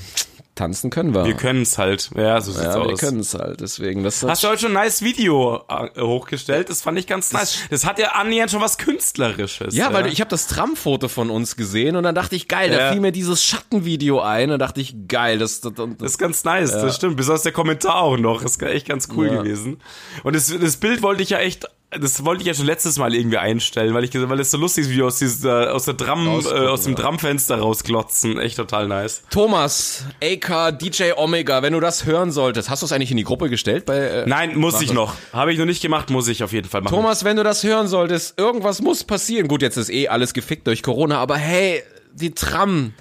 Speaker 1: tanzen können wir.
Speaker 2: Wir können es halt. Ja, so sieht's
Speaker 1: ja, wir
Speaker 2: aus.
Speaker 1: können es halt, deswegen. Das ist
Speaker 2: Hast du heute schon ein nice Video äh, hochgestellt? Das fand ich ganz nice. Das hat ja annähernd schon was Künstlerisches.
Speaker 1: Ja, weil ich habe das Tramfoto von uns gesehen und dann dachte ich, geil,
Speaker 2: Ja.
Speaker 1: da fiel mir dieses Schattenvideo ein und dachte ich, geil, das, das, das,
Speaker 2: Das ist ganz nice, das stimmt. Besonders der Kommentar auch noch. Ist echt ganz cool
Speaker 1: Ja.
Speaker 2: gewesen. Und das, das Bild wollte ich ja echt. Das wollte ich ja schon letztes Mal irgendwie einstellen, weil ich gesagt- weil es so lustig ist, wie aus dieser, aus der Drum,
Speaker 1: Rausgucken,
Speaker 2: äh, aus dem
Speaker 1: ja.
Speaker 2: Drumfenster rausglotzen. Echt total nice.
Speaker 1: Thomas, AK, DJ Omega, wenn du das hören solltest, hast du es eigentlich in die Gruppe gestellt? Bei, äh,
Speaker 2: Nein, muss
Speaker 1: Mach
Speaker 2: ich
Speaker 1: das.
Speaker 2: noch. Habe ich noch nicht gemacht, muss ich auf jeden Fall machen.
Speaker 1: Thomas, wenn du das hören solltest, irgendwas muss passieren. Gut, jetzt ist eh alles gefickt durch Corona, aber hey, die Tram.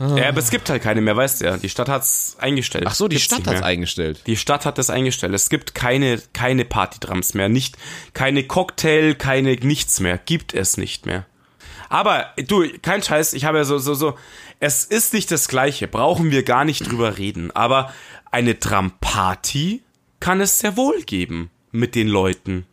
Speaker 2: Ja, aber es gibt halt keine mehr, weißt du ja. Die Stadt hat's eingestellt.
Speaker 1: Ach so, die
Speaker 2: Gibt's
Speaker 1: Stadt
Speaker 2: nicht
Speaker 1: hat's
Speaker 2: mehr.
Speaker 1: eingestellt.
Speaker 2: Die Stadt hat das eingestellt. Es gibt keine, keine Partydrams mehr. Nicht, keine Cocktail, keine nichts mehr. Gibt es nicht mehr. Aber du, kein Scheiß, ich habe ja so, so, so, es ist nicht das Gleiche. Brauchen wir gar nicht drüber reden. Aber eine Drum-Party kann es sehr wohl geben. Mit den Leuten.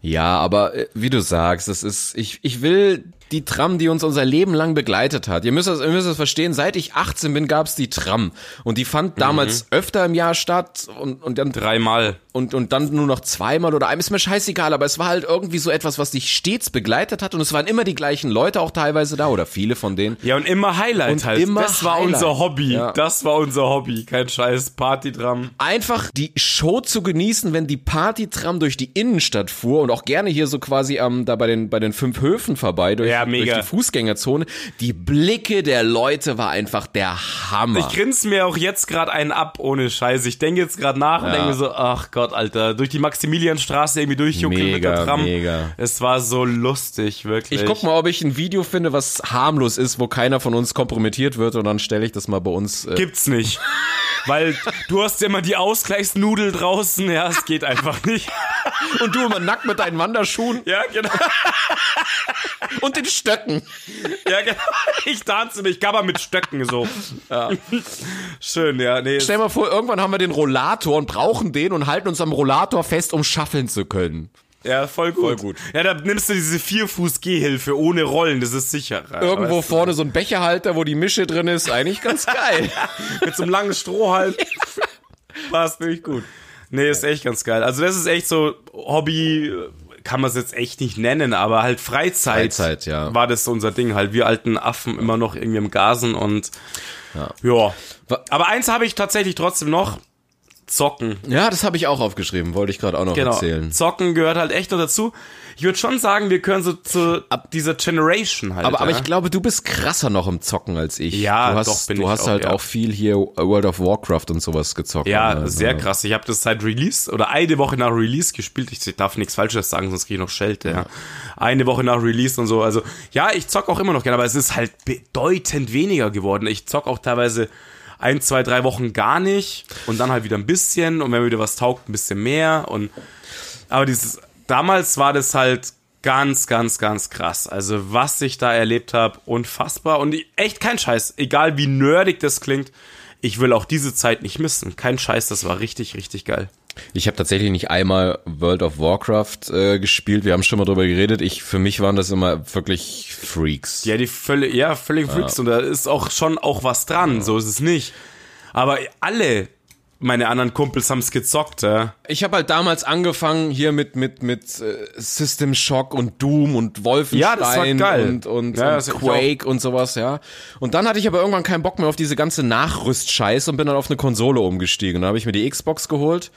Speaker 1: Ja, aber äh, wie du sagst, das ist, ich, ich will die Tram, die uns unser Leben lang begleitet hat. Ihr müsst es, ihr müsst es verstehen, seit ich 18 bin, gab's die Tram. Und die
Speaker 2: Mhm.
Speaker 1: fand damals öfter im Jahr statt und, und dann
Speaker 2: Dreimal.
Speaker 1: und, und dann nur noch zweimal oder einmal, ist mir scheißegal, aber es war halt irgendwie so etwas, was dich stets begleitet hat und es waren immer die gleichen Leute auch teilweise da oder viele von denen.
Speaker 2: Ja, und immer Highlight
Speaker 1: Und
Speaker 2: halt.
Speaker 1: immer
Speaker 2: das war
Speaker 1: Highlight.
Speaker 2: unser Hobby.
Speaker 1: Ja.
Speaker 2: Das war unser Hobby. Kein Scheiß. Partydram.
Speaker 1: Einfach die Show zu genießen, wenn die Partytram durch die Innenstadt fuhr und auch gerne hier so quasi am, da bei den, bei den fünf Höfen vorbei durch,
Speaker 2: Ja,
Speaker 1: durch
Speaker 2: mega.
Speaker 1: die Fußgängerzone. Die Blicke der Leute war einfach der Hammer.
Speaker 2: Ich grinse mir auch jetzt gerade einen ab, ohne Scheiße. Ich denke jetzt gerade nach und denke mir so, ach Gott, Alter, durch die Maximilianstraße irgendwie durchjuckeln mit der
Speaker 1: Mega,
Speaker 2: Tram.
Speaker 1: mega.
Speaker 2: Es war so lustig, wirklich.
Speaker 1: Ich guck mal, ob ich ein Video finde, was harmlos ist, wo keiner von uns kompromittiert wird und dann stelle ich das mal bei uns. Äh,
Speaker 2: Gibt's nicht. Weil du hast ja immer die Ausgleichsnudel draußen, ja, es geht einfach nicht.
Speaker 1: und du immer nackt mit deinen Wanderschuhen
Speaker 2: Ja, genau.
Speaker 1: und den Stöcken.
Speaker 2: Ja, genau. Ich tanze nicht, aber mit Stöcken so. Ja. Schön, ja, nee.
Speaker 1: Stell mal vor, irgendwann haben wir den Rollator und brauchen den und halten uns am Rollator fest, um schaffeln zu können.
Speaker 2: Ja, voll gut.
Speaker 1: Voll gut.
Speaker 2: Ja, da nimmst du diese Vierfuß-Gehhilfe ohne Rollen, das ist sicherer.
Speaker 1: Irgendwo
Speaker 2: weißt
Speaker 1: vorne so ein Becherhalter, wo die Mische drin ist, eigentlich ganz geil.
Speaker 2: du? mit so einem langen halt. Strohhalm. Passt nicht gut. Nee, ist echt ganz geil. Also das ist echt so Hobby, kann man es jetzt echt nicht nennen, aber halt Freizeit.
Speaker 1: Freizeit, ja.
Speaker 2: War das unser Ding halt. Wir alten Affen immer noch irgendwie im Gasen und ja.
Speaker 1: Wa-
Speaker 2: Aber eins habe ich tatsächlich trotzdem noch. Zocken. genau.
Speaker 1: ja, das habe ich auch aufgeschrieben, wollte ich gerade auch noch erzählen.
Speaker 2: Zocken gehört halt echt noch dazu. Ich würde schon sagen, wir gehören so zu dieser Generation halt.
Speaker 1: Aber, aber
Speaker 2: ja.
Speaker 1: ich glaube, du bist krasser noch im Zocken als ich.
Speaker 2: Ja,
Speaker 1: du hast,
Speaker 2: doch, bin
Speaker 1: Du
Speaker 2: ich
Speaker 1: hast
Speaker 2: auch,
Speaker 1: halt
Speaker 2: ja.
Speaker 1: auch viel hier World of Warcraft und sowas gezockt.
Speaker 2: Ja,
Speaker 1: Also,
Speaker 2: sehr krass. Ich habe das seit Release oder eine Woche nach Release gespielt. Ich darf nichts Falsches sagen, sonst kriege ich noch Schelte. Ja. Eine Woche nach Release und so. Also ja, ich zock auch immer noch gerne, aber es ist halt bedeutend weniger geworden. Ich zock auch teilweise ein, zwei, drei Wochen gar nicht und dann halt wieder ein bisschen und wenn mir wieder was taugt, ein bisschen mehr. Und aber dieses damals war das halt ganz, ganz, ganz krass. Also was ich da erlebt habe, unfassbar und ich- echt kein Scheiß. Egal wie nerdig das klingt, ich will auch diese Zeit nicht missen. Kein Scheiß, das war richtig, richtig geil.
Speaker 1: Ich habe tatsächlich nicht einmal World of Warcraft äh, gespielt. Wir haben schon mal drüber geredet. Ich, für mich waren das immer wirklich Freaks.
Speaker 2: Ja, die völlig, ja, völlig Freaks und da ist auch schon auch was dran. So ist es nicht. Aber alle meine anderen Kumpels haben's gezockt. Ja.
Speaker 1: Ich habe halt damals angefangen hier mit mit mit äh, System Shock und Doom und Wolfenstein
Speaker 2: Ja, das war geil.
Speaker 1: und und,
Speaker 2: Ja, das
Speaker 1: und
Speaker 2: hab ich
Speaker 1: Quake und sowas, ja. Und dann hatte ich aber irgendwann keinen Bock mehr auf diese ganze Nachrüstscheiß und bin dann auf eine Konsole umgestiegen. Dann habe ich mir die Xbox geholt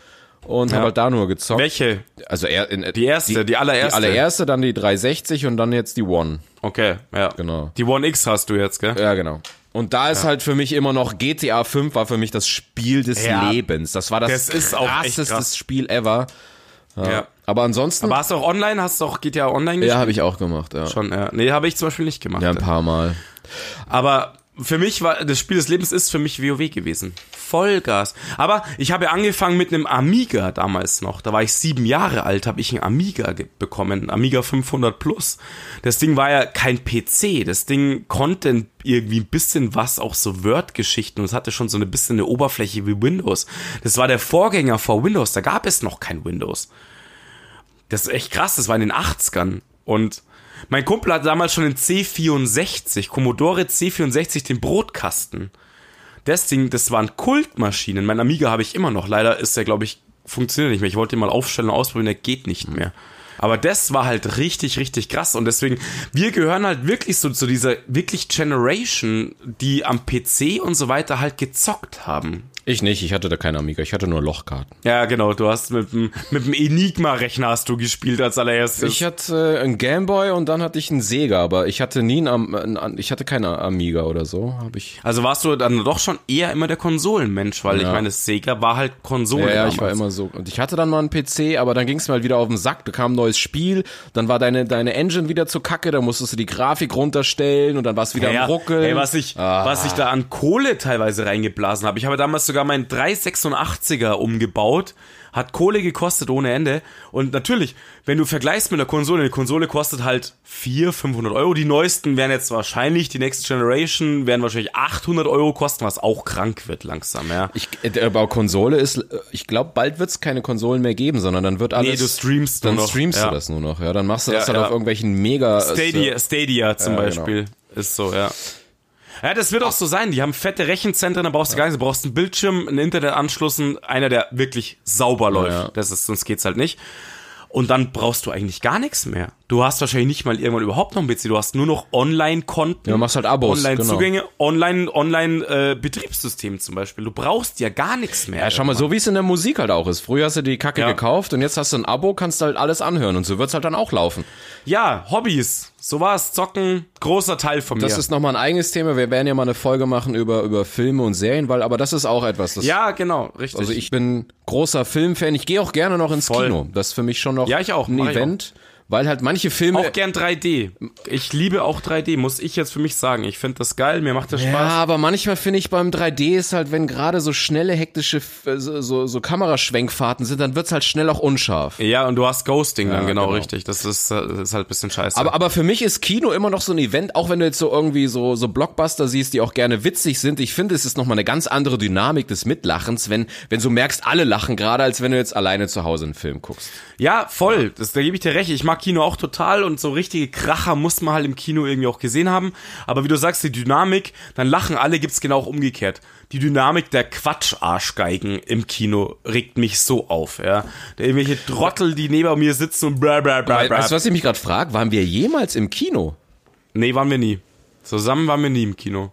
Speaker 1: und hab habe halt da nur gezockt.
Speaker 2: Welche?
Speaker 1: Also er, in,
Speaker 2: Die erste, die, allererste.
Speaker 1: die allererste, dann die 360 und dann jetzt die One.
Speaker 2: Okay, ja.
Speaker 1: Genau.
Speaker 2: Die One X hast du jetzt, gell?
Speaker 1: Ja, genau. Und da ist halt für mich immer noch GTA 5 war für mich das Spiel des
Speaker 2: Ja.
Speaker 1: Lebens. Das war das,
Speaker 2: Das ist auch echt
Speaker 1: krasseste
Speaker 2: krass.
Speaker 1: Spiel ever.
Speaker 2: Ja.
Speaker 1: Aber ansonsten
Speaker 2: Warst du auch online? Hast du auch GTA Online
Speaker 1: ja,
Speaker 2: gespielt?
Speaker 1: habe ich auch gemacht, ja.
Speaker 2: Schon, ja. Nee, habe ich zum Beispiel nicht gemacht.
Speaker 1: Ja, ein paar mal.
Speaker 2: Aber für mich war das Spiel des Lebens ist für mich WoW gewesen. Vollgas. Aber ich habe ja angefangen mit einem Amiga damals noch. Da war ich sieben Jahre alt, habe ich einen Amiga ge- bekommen, Amiga 500 Plus. Das Ding war ja kein PC. Das Ding konnte irgendwie ein bisschen was, auch so Word-Geschichten. Und es hatte schon so ein bisschen eine Oberfläche wie Windows. Das war der Vorgänger vor Windows. Da gab es noch kein Windows. Das ist echt krass, das war in den 80ern. Und mein Kumpel hatte damals schon den C64, Commodore C64, den Brotkasten. Das Ding, das waren Kultmaschinen. Mein Amiga habe ich immer noch. Leider ist der, glaube ich, funktioniert nicht mehr. Ich wollte ihn mal aufstellen und ausprobieren, der geht nicht mehr. Aber das war halt richtig, richtig krass. Und deswegen, wir gehören halt wirklich so zu dieser wirklich Generation, die am PC und so weiter halt gezockt haben.
Speaker 1: Ich nicht, ich hatte da keine Amiga, ich hatte nur Lochkarten.
Speaker 2: Ja, genau. Du hast mit dem, mit dem Enigma-Rechner hast du gespielt als allererstes.
Speaker 1: Ich hatte äh, einen Gameboy und dann hatte ich einen Sega, aber ich hatte nie einen, Am- äh, einen, An- ich hatte keine Amiga oder so, habe ich.
Speaker 2: Also warst du dann doch schon eher immer der Konsolenmensch, weil ich meine, das Sega war halt Konsole.
Speaker 1: Ja, ja,
Speaker 2: damals.
Speaker 1: ich war immer so. Und ich hatte dann mal einen PC, aber dann ging es mir halt wieder auf den Sack. Da kam ein neues Spiel, dann war deine, deine Engine wieder zu kacke, da musstest du die Grafik runterstellen und dann war es wieder
Speaker 2: ja,
Speaker 1: am Ruckeln.
Speaker 2: Ey, was ich,
Speaker 1: Ah.
Speaker 2: was ich da an Kohle teilweise reingeblasen habe. Ich habe damals sogar meinen 386er umgebaut. Hat Kohle gekostet ohne Ende. Und natürlich, wenn du vergleichst mit einer Konsole, eine Konsole kostet halt 400, 500 Euro. Die neuesten werden jetzt wahrscheinlich, die Next Generation werden wahrscheinlich 800 Euro kosten, was auch krank wird langsam, ja.
Speaker 1: Ich, äh, aber Konsole ist, äh, ich glaube, bald wird es keine Konsolen mehr geben, sondern dann wird alles.
Speaker 2: du streamst nur
Speaker 1: Dann
Speaker 2: noch,
Speaker 1: streamst
Speaker 2: ja.
Speaker 1: du das nur noch, ja. Dann machst du das
Speaker 2: Ja,
Speaker 1: dann
Speaker 2: ja.
Speaker 1: auf irgendwelchen mega. äh,
Speaker 2: Stadia, Stadia
Speaker 1: Also,
Speaker 2: zum
Speaker 1: Ja, genau.
Speaker 2: Beispiel ist so, ja. Ja, das wird auch so sein. Die haben fette Rechenzentren, da brauchst du gar nichts. Du brauchst einen Bildschirm, einen Internetanschluss, und einer, der wirklich sauber läuft.
Speaker 1: ja.
Speaker 2: Das ist, sonst geht's halt nicht. Und dann brauchst du eigentlich gar nichts mehr. Du hast wahrscheinlich nicht mal irgendwann überhaupt noch einen PC. Du hast nur noch Online-Konten.
Speaker 1: Ja, machst halt Abos,
Speaker 2: Online-Zugänge, Online-Betriebssystem Online, äh, Betriebssystem zum Beispiel. Du brauchst ja gar nichts mehr.
Speaker 1: Ja, schau mal, so wie es in der Musik halt auch ist. Früher hast du die Kacke
Speaker 2: Ja.
Speaker 1: gekauft und jetzt hast du ein Abo, kannst du halt alles anhören und so wird's halt dann auch laufen.
Speaker 2: ja, Hobbys. So war's. Zocken, großer Teil von mir.
Speaker 1: Das ist nochmal ein eigenes Thema. Wir werden ja mal eine Folge machen über, über Filme und Serien, weil, aber das ist auch etwas, das,
Speaker 2: ja, genau, richtig.
Speaker 1: also ich bin großer Filmfan. Ich gehe auch gerne noch ins
Speaker 2: Voll.
Speaker 1: Kino. Das ist für mich schon noch
Speaker 2: Ja, ich auch,
Speaker 1: ein
Speaker 2: mach ich
Speaker 1: Event, weil halt manche Filme,
Speaker 2: Auch gern 3D. Ich liebe auch 3D, muss ich jetzt für mich sagen. Ich finde das geil, mir macht das
Speaker 1: Ja,
Speaker 2: Spaß.
Speaker 1: aber manchmal finde ich beim 3D ist halt, wenn gerade so schnelle, hektische, F- äh, so, so, so Kameraschwenkfahrten sind, dann wird's halt schnell auch unscharf.
Speaker 2: Ja, und du hast Ghosting dann, genau,
Speaker 1: genau.
Speaker 2: richtig. Das ist, äh, das ist halt ein bisschen scheiße.
Speaker 1: Aber, aber für mich ist Kino immer noch so ein Event, auch wenn du jetzt so irgendwie so, so Blockbuster siehst, die auch gerne witzig sind. Ich finde, es ist nochmal eine ganz andere Dynamik des Mitlachens, wenn, wenn du merkst, alle lachen gerade, als wenn du jetzt alleine zu Hause einen Film guckst.
Speaker 2: ja, voll, das, da gebe ich dir recht. Ich mag Kino auch total und so richtige Kracher muss man halt im Kino irgendwie auch gesehen haben. Aber wie du sagst, die Dynamik, dann lachen alle, gibt's genau auch umgekehrt. Die Dynamik der Quatscharschgeigen im Kino regt mich so auf, ja. Der irgendwelche Trottel, die neben mir sitzen und bla bla bla
Speaker 1: Weil,
Speaker 2: bla.
Speaker 1: weißt du, was ich mich gerade frage? Waren wir jemals im Kino?
Speaker 2: Nee, waren wir nie. Zusammen waren wir nie im Kino.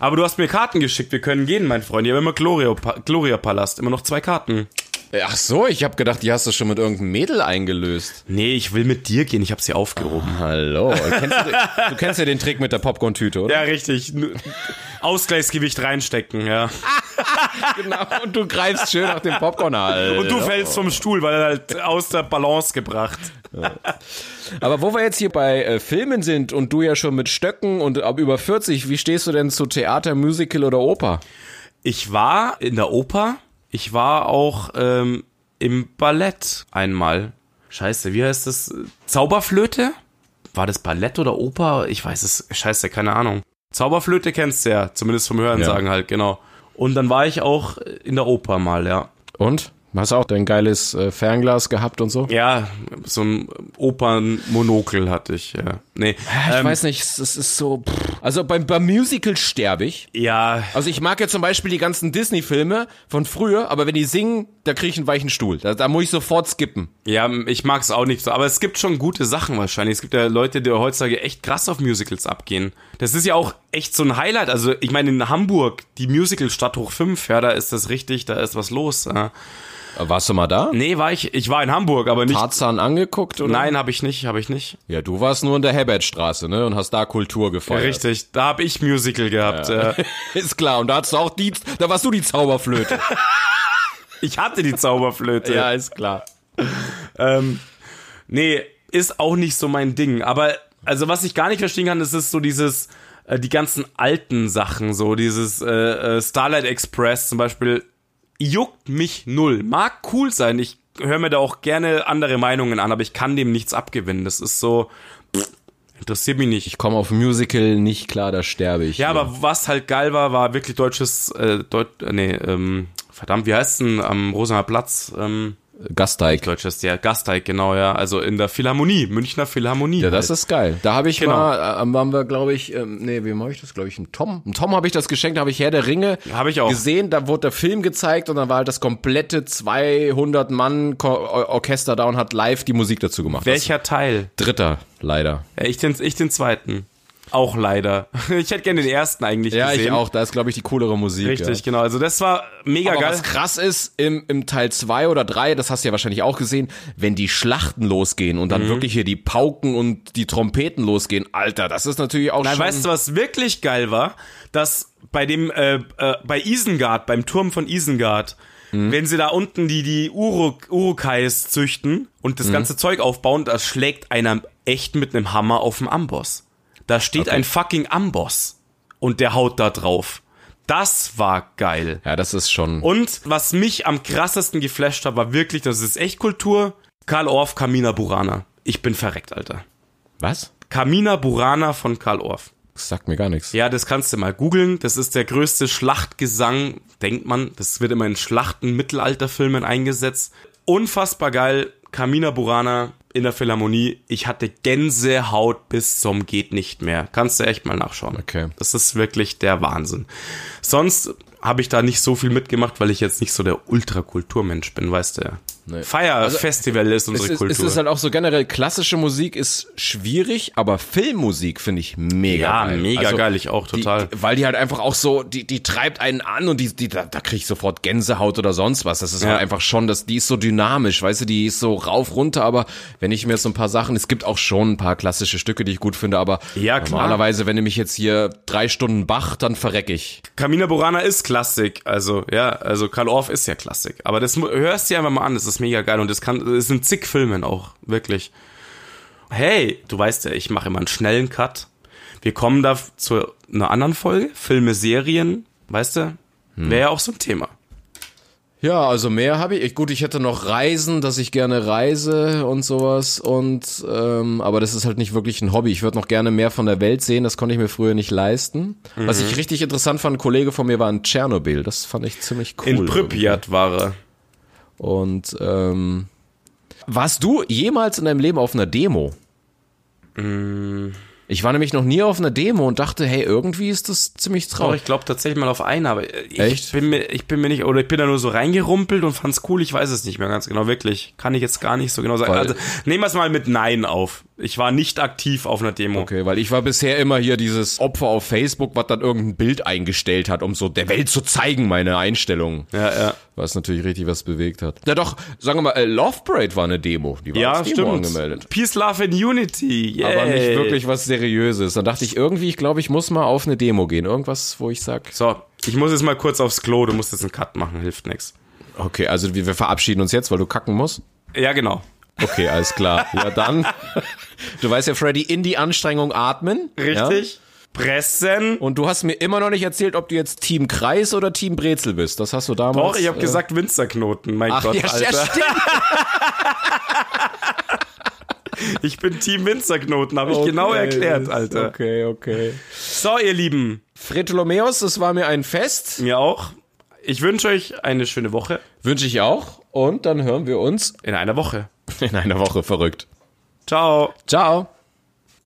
Speaker 2: Aber du hast mir Karten geschickt, wir können gehen, mein Freund. Ich habe immer Gloria, Pa- Gloria Palast, immer noch zwei Karten.
Speaker 1: Äh, Ach so, ich habe gedacht, die hast du schon mit irgendeinem Mädel eingelöst.
Speaker 2: Nee, ich will mit dir gehen, ich habe sie aufgehoben.
Speaker 1: Hallo. Kennst du, du kennst ja den Trick mit der Popcorn-Tüte, oder?
Speaker 2: Ja, richtig. N- Ausgleichsgewicht reinstecken, ja.
Speaker 1: Genau, und du greifst schön nach dem Popcorn halt.
Speaker 2: Und du fällst vom Stuhl, weil er halt aus der Balance gebracht.
Speaker 1: Aber wo wir jetzt hier bei äh, Filmen sind und du ja schon mit Stöcken und ab über 40, wie stehst du denn zu Theater, Musical oder Oper?
Speaker 2: Ich war in der Oper, ich war auch ähm, im Ballett einmal. Scheiße, wie heißt das? Zauberflöte? War das Ballett oder Oper? Ich weiß es, scheiße, keine Ahnung. Zauberflöte kennst du ja, zumindest vom Hören sagen halt, genau. Und dann war ich auch in der Oper mal, ja.
Speaker 1: Und? Hast auch dein geiles äh, Fernglas gehabt und so?
Speaker 2: Ja, so ein Opernmonokel hatte ich, ja. Nee,
Speaker 1: Ich
Speaker 2: ähm,
Speaker 1: weiß nicht, es es ist so. Pff. Also beim, beim Musical sterbe ich.
Speaker 2: ja,
Speaker 1: Also ich mag ja zum Beispiel die ganzen Disney-Filme von früher, aber wenn die singen, da kriege ich einen weichen Stuhl. Da, da muss ich sofort skippen.
Speaker 2: Ja, ich mag's auch nicht so, aber es gibt schon gute Sachen wahrscheinlich. Es gibt ja Leute, die heutzutage echt krass auf Musicals abgehen. Das ist ja auch echt so ein Highlight. Also, ich meine, in Hamburg, die Musical-Stadt hoch 5, ja, da ist das richtig, da ist was los. Ja.
Speaker 1: Warst du mal da?
Speaker 2: Nee, war ich, ich war in Hamburg, aber nicht.
Speaker 1: Tarzan angeguckt oder?
Speaker 2: Nein, habe ich nicht, habe ich nicht.
Speaker 1: Ja, du warst nur in der Herbertstraße, ne? Und hast da Kultur gefeiert.
Speaker 2: Richtig, da habe ich Musical gehabt. Äh,
Speaker 1: Ist klar. Und da hattest du auch die, da warst du die Zauberflöte.
Speaker 2: ich hatte die Zauberflöte.
Speaker 1: ist klar.
Speaker 2: Ähm, nee, ist auch nicht so mein Ding. Aber also was ich gar nicht verstehen kann, ist, ist so dieses äh, die ganzen alten Sachen, so dieses äh, äh, Starlight Express zum Beispiel juckt mich null. Mag cool sein, ich höre mir da auch gerne andere Meinungen an, aber ich kann dem nichts abgewinnen. Das ist so pff, interessiert mich nicht.
Speaker 1: Ich komme auf Musical nicht klar, da sterbe ich.
Speaker 2: Ja, aber was halt geil war, war wirklich deutsches, äh, Deut äh, nee, ähm, verdammt, wie heißt denn am Rosener Platz? Ähm,
Speaker 1: Gasteig.
Speaker 2: Deutsches Theater, Gasteig, genau, ja. Also in der Philharmonie, Münchner Philharmonie. halt.
Speaker 1: Ja, das ist geil. Da habe ich
Speaker 2: Genau.
Speaker 1: mal, äh, haben wir, glaube ich, ähm, nee, wem habe ich das, glaube ich, ein Tom. Ein Tom habe ich das geschenkt, habe ich Herr der Ringe
Speaker 2: Habe ich auch.
Speaker 1: gesehen, da wurde der Film gezeigt und dann war halt das komplette 200 Mann Ko- Or- Orchester da und hat live die Musik dazu gemacht.
Speaker 2: Welcher Teil?
Speaker 1: Das- Dritter, leider.
Speaker 2: Ja, ich, den, ich den zweiten. Auch leider. Ich hätte gerne den ersten eigentlich
Speaker 1: Ja,
Speaker 2: gesehen.
Speaker 1: ich auch. Da ist, glaube ich, die coolere Musik.
Speaker 2: Richtig, genau. Also das war mega
Speaker 1: Aber
Speaker 2: geil.
Speaker 1: was krass ist, im, im Teil 2 oder 3, das hast du ja wahrscheinlich auch gesehen, wenn die Schlachten losgehen und dann
Speaker 2: Mhm.
Speaker 1: wirklich hier die Pauken und die Trompeten losgehen, Alter, das ist natürlich auch
Speaker 2: Nein,
Speaker 1: schon...
Speaker 2: Äh, weißt du, was wirklich geil war? Dass bei dem, äh, äh, bei Isengard, beim Turm von Isengard, wenn sie da unten die, die Uruk Urukais züchten und das ganze Zeug aufbauen, da schlägt einer echt mit einem Hammer auf dem Amboss. Da steht ein fucking Amboss und der haut da drauf. Das war geil.
Speaker 1: ja, das ist schon...
Speaker 2: Und was mich am krassesten geflasht hat, war wirklich, das ist echt Kultur, Karl Orff, Kamina Burana. Ich bin verreckt, Alter.
Speaker 1: was?
Speaker 2: Kamina Burana von Karl Orff.
Speaker 1: Das sagt mir gar nichts.
Speaker 2: Ja, das kannst du mal googeln. Das ist der größte Schlachtgesang, denkt man. Das wird immer in Schlachten, Mittelalterfilmen eingesetzt. Unfassbar geil. Kamina Burana in der Philharmonie. Ich hatte Gänsehaut bis zum geht nicht mehr. Kannst du echt mal nachschauen.
Speaker 1: Okay.
Speaker 2: Das ist wirklich der Wahnsinn. Sonst habe ich da nicht so viel mitgemacht, weil ich jetzt nicht so der Ultrakulturmensch bin, weißt du ja. Feierfestival
Speaker 1: Also, Es
Speaker 2: ist unsere
Speaker 1: ist, es
Speaker 2: Kultur.
Speaker 1: ist halt auch so generell, klassische Musik ist schwierig, aber Filmmusik finde ich mega
Speaker 2: Ja,
Speaker 1: geil. Also
Speaker 2: mega geil, ich auch, total.
Speaker 1: Die, die, weil die halt einfach auch so, die, die treibt einen an und die, die, da, da kriege ich sofort Gänsehaut oder sonst was. Das ist
Speaker 2: Ja.
Speaker 1: halt einfach schon, das, die ist so dynamisch, weißt du, die ist so rauf, runter, aber wenn ich mir jetzt so ein paar Sachen, es gibt auch schon ein paar klassische Stücke, die ich gut finde, aber
Speaker 2: Ja, klar.
Speaker 1: normalerweise, wenn du mich jetzt hier drei Stunden Bach, dann verreck ich.
Speaker 2: Kamina Borana ist Klassik, also ja, also Karl Orff ist ja Klassik. Aber das mu- hörst du dir einfach mal an, das ist mega geil und das kann, es sind zig Filmen auch, wirklich. Hey, du weißt ja, ich mache immer einen schnellen Cut. Wir kommen da f- zu einer anderen Folge, Filme, Serien, weißt du, wäre ja auch so ein Thema.
Speaker 1: Ja, also mehr habe ich. ich. Gut, ich hätte noch Reisen, dass ich gerne reise und sowas. Und ähm, aber das ist halt nicht wirklich ein Hobby. Ich würde noch gerne mehr von der Welt sehen. Das konnte ich mir früher nicht leisten.
Speaker 2: Mhm.
Speaker 1: Was ich richtig interessant fand, ein Kollege von mir war in Tschernobyl. Das fand ich ziemlich cool.
Speaker 2: In Pripyat war er.
Speaker 1: Und ähm, warst du jemals in deinem Leben auf einer Demo?
Speaker 2: Mhm.
Speaker 1: Ich war nämlich noch nie auf einer Demo und dachte, hey, irgendwie ist das ziemlich
Speaker 2: Doch,
Speaker 1: traurig.
Speaker 2: ich glaube tatsächlich mal auf eine, aber äh, ich
Speaker 1: Echt?
Speaker 2: bin mir, ich bin mir nicht, oder ich bin da nur so reingerumpelt und fand's cool, ich weiß es nicht mehr ganz genau, wirklich. Kann ich jetzt gar nicht so genau sagen.
Speaker 1: Weil-
Speaker 2: also, nehmen wir es mal mit Nein auf. Ich war nicht aktiv auf einer Demo.
Speaker 1: Okay, weil ich war bisher immer hier dieses Opfer auf Facebook, was dann irgendein Bild eingestellt hat, um so der Welt zu zeigen, meine Einstellung.
Speaker 2: Ja, ja.
Speaker 1: Was natürlich richtig was bewegt hat. Na doch, sagen wir mal, äh, Love Parade war eine Demo. Die war
Speaker 2: Ja,
Speaker 1: als Demo
Speaker 2: stimmt. Äh.
Speaker 1: angemeldet.
Speaker 2: Peace, Love and Unity. Yay.
Speaker 1: Aber nicht wirklich was Seriöses. Dann dachte ich irgendwie, ich glaube, ich muss mal auf eine Demo gehen. Irgendwas, wo ich sag,
Speaker 2: So, ich muss jetzt mal kurz aufs Klo, du musst jetzt einen Cut machen, hilft nix.
Speaker 1: okay, also wir, wir verabschieden uns jetzt, weil du kacken musst.
Speaker 2: Ja, genau.
Speaker 1: Okay, alles klar. Ja, dann. Du weißt ja, Freddy, in die Anstrengung atmen. Ja?
Speaker 2: Richtig? Pressen.
Speaker 1: Und du hast mir immer noch nicht erzählt, ob du jetzt Team Kreis oder Team Brezel bist. Das hast du damals.
Speaker 2: Doch, ich habe
Speaker 1: äh,
Speaker 2: gesagt Winzerknoten, mein
Speaker 1: Ach,
Speaker 2: Gott,
Speaker 1: ja,
Speaker 2: Alter.
Speaker 1: ja, stimmt.
Speaker 2: Ich bin Team Winzerknoten, habe ich genau
Speaker 1: Okay,
Speaker 2: erklärt,
Speaker 1: das-
Speaker 2: Alter.
Speaker 1: Okay, okay.
Speaker 2: So, ihr Lieben,
Speaker 1: Fritolomeus, das war mir ein Fest.
Speaker 2: mir auch. Ich wünsche euch eine schöne Woche.
Speaker 1: Wünsche ich auch. Und dann hören wir uns
Speaker 2: In einer Woche.
Speaker 1: in einer Woche verrückt.
Speaker 2: Ciao.
Speaker 1: Ciao.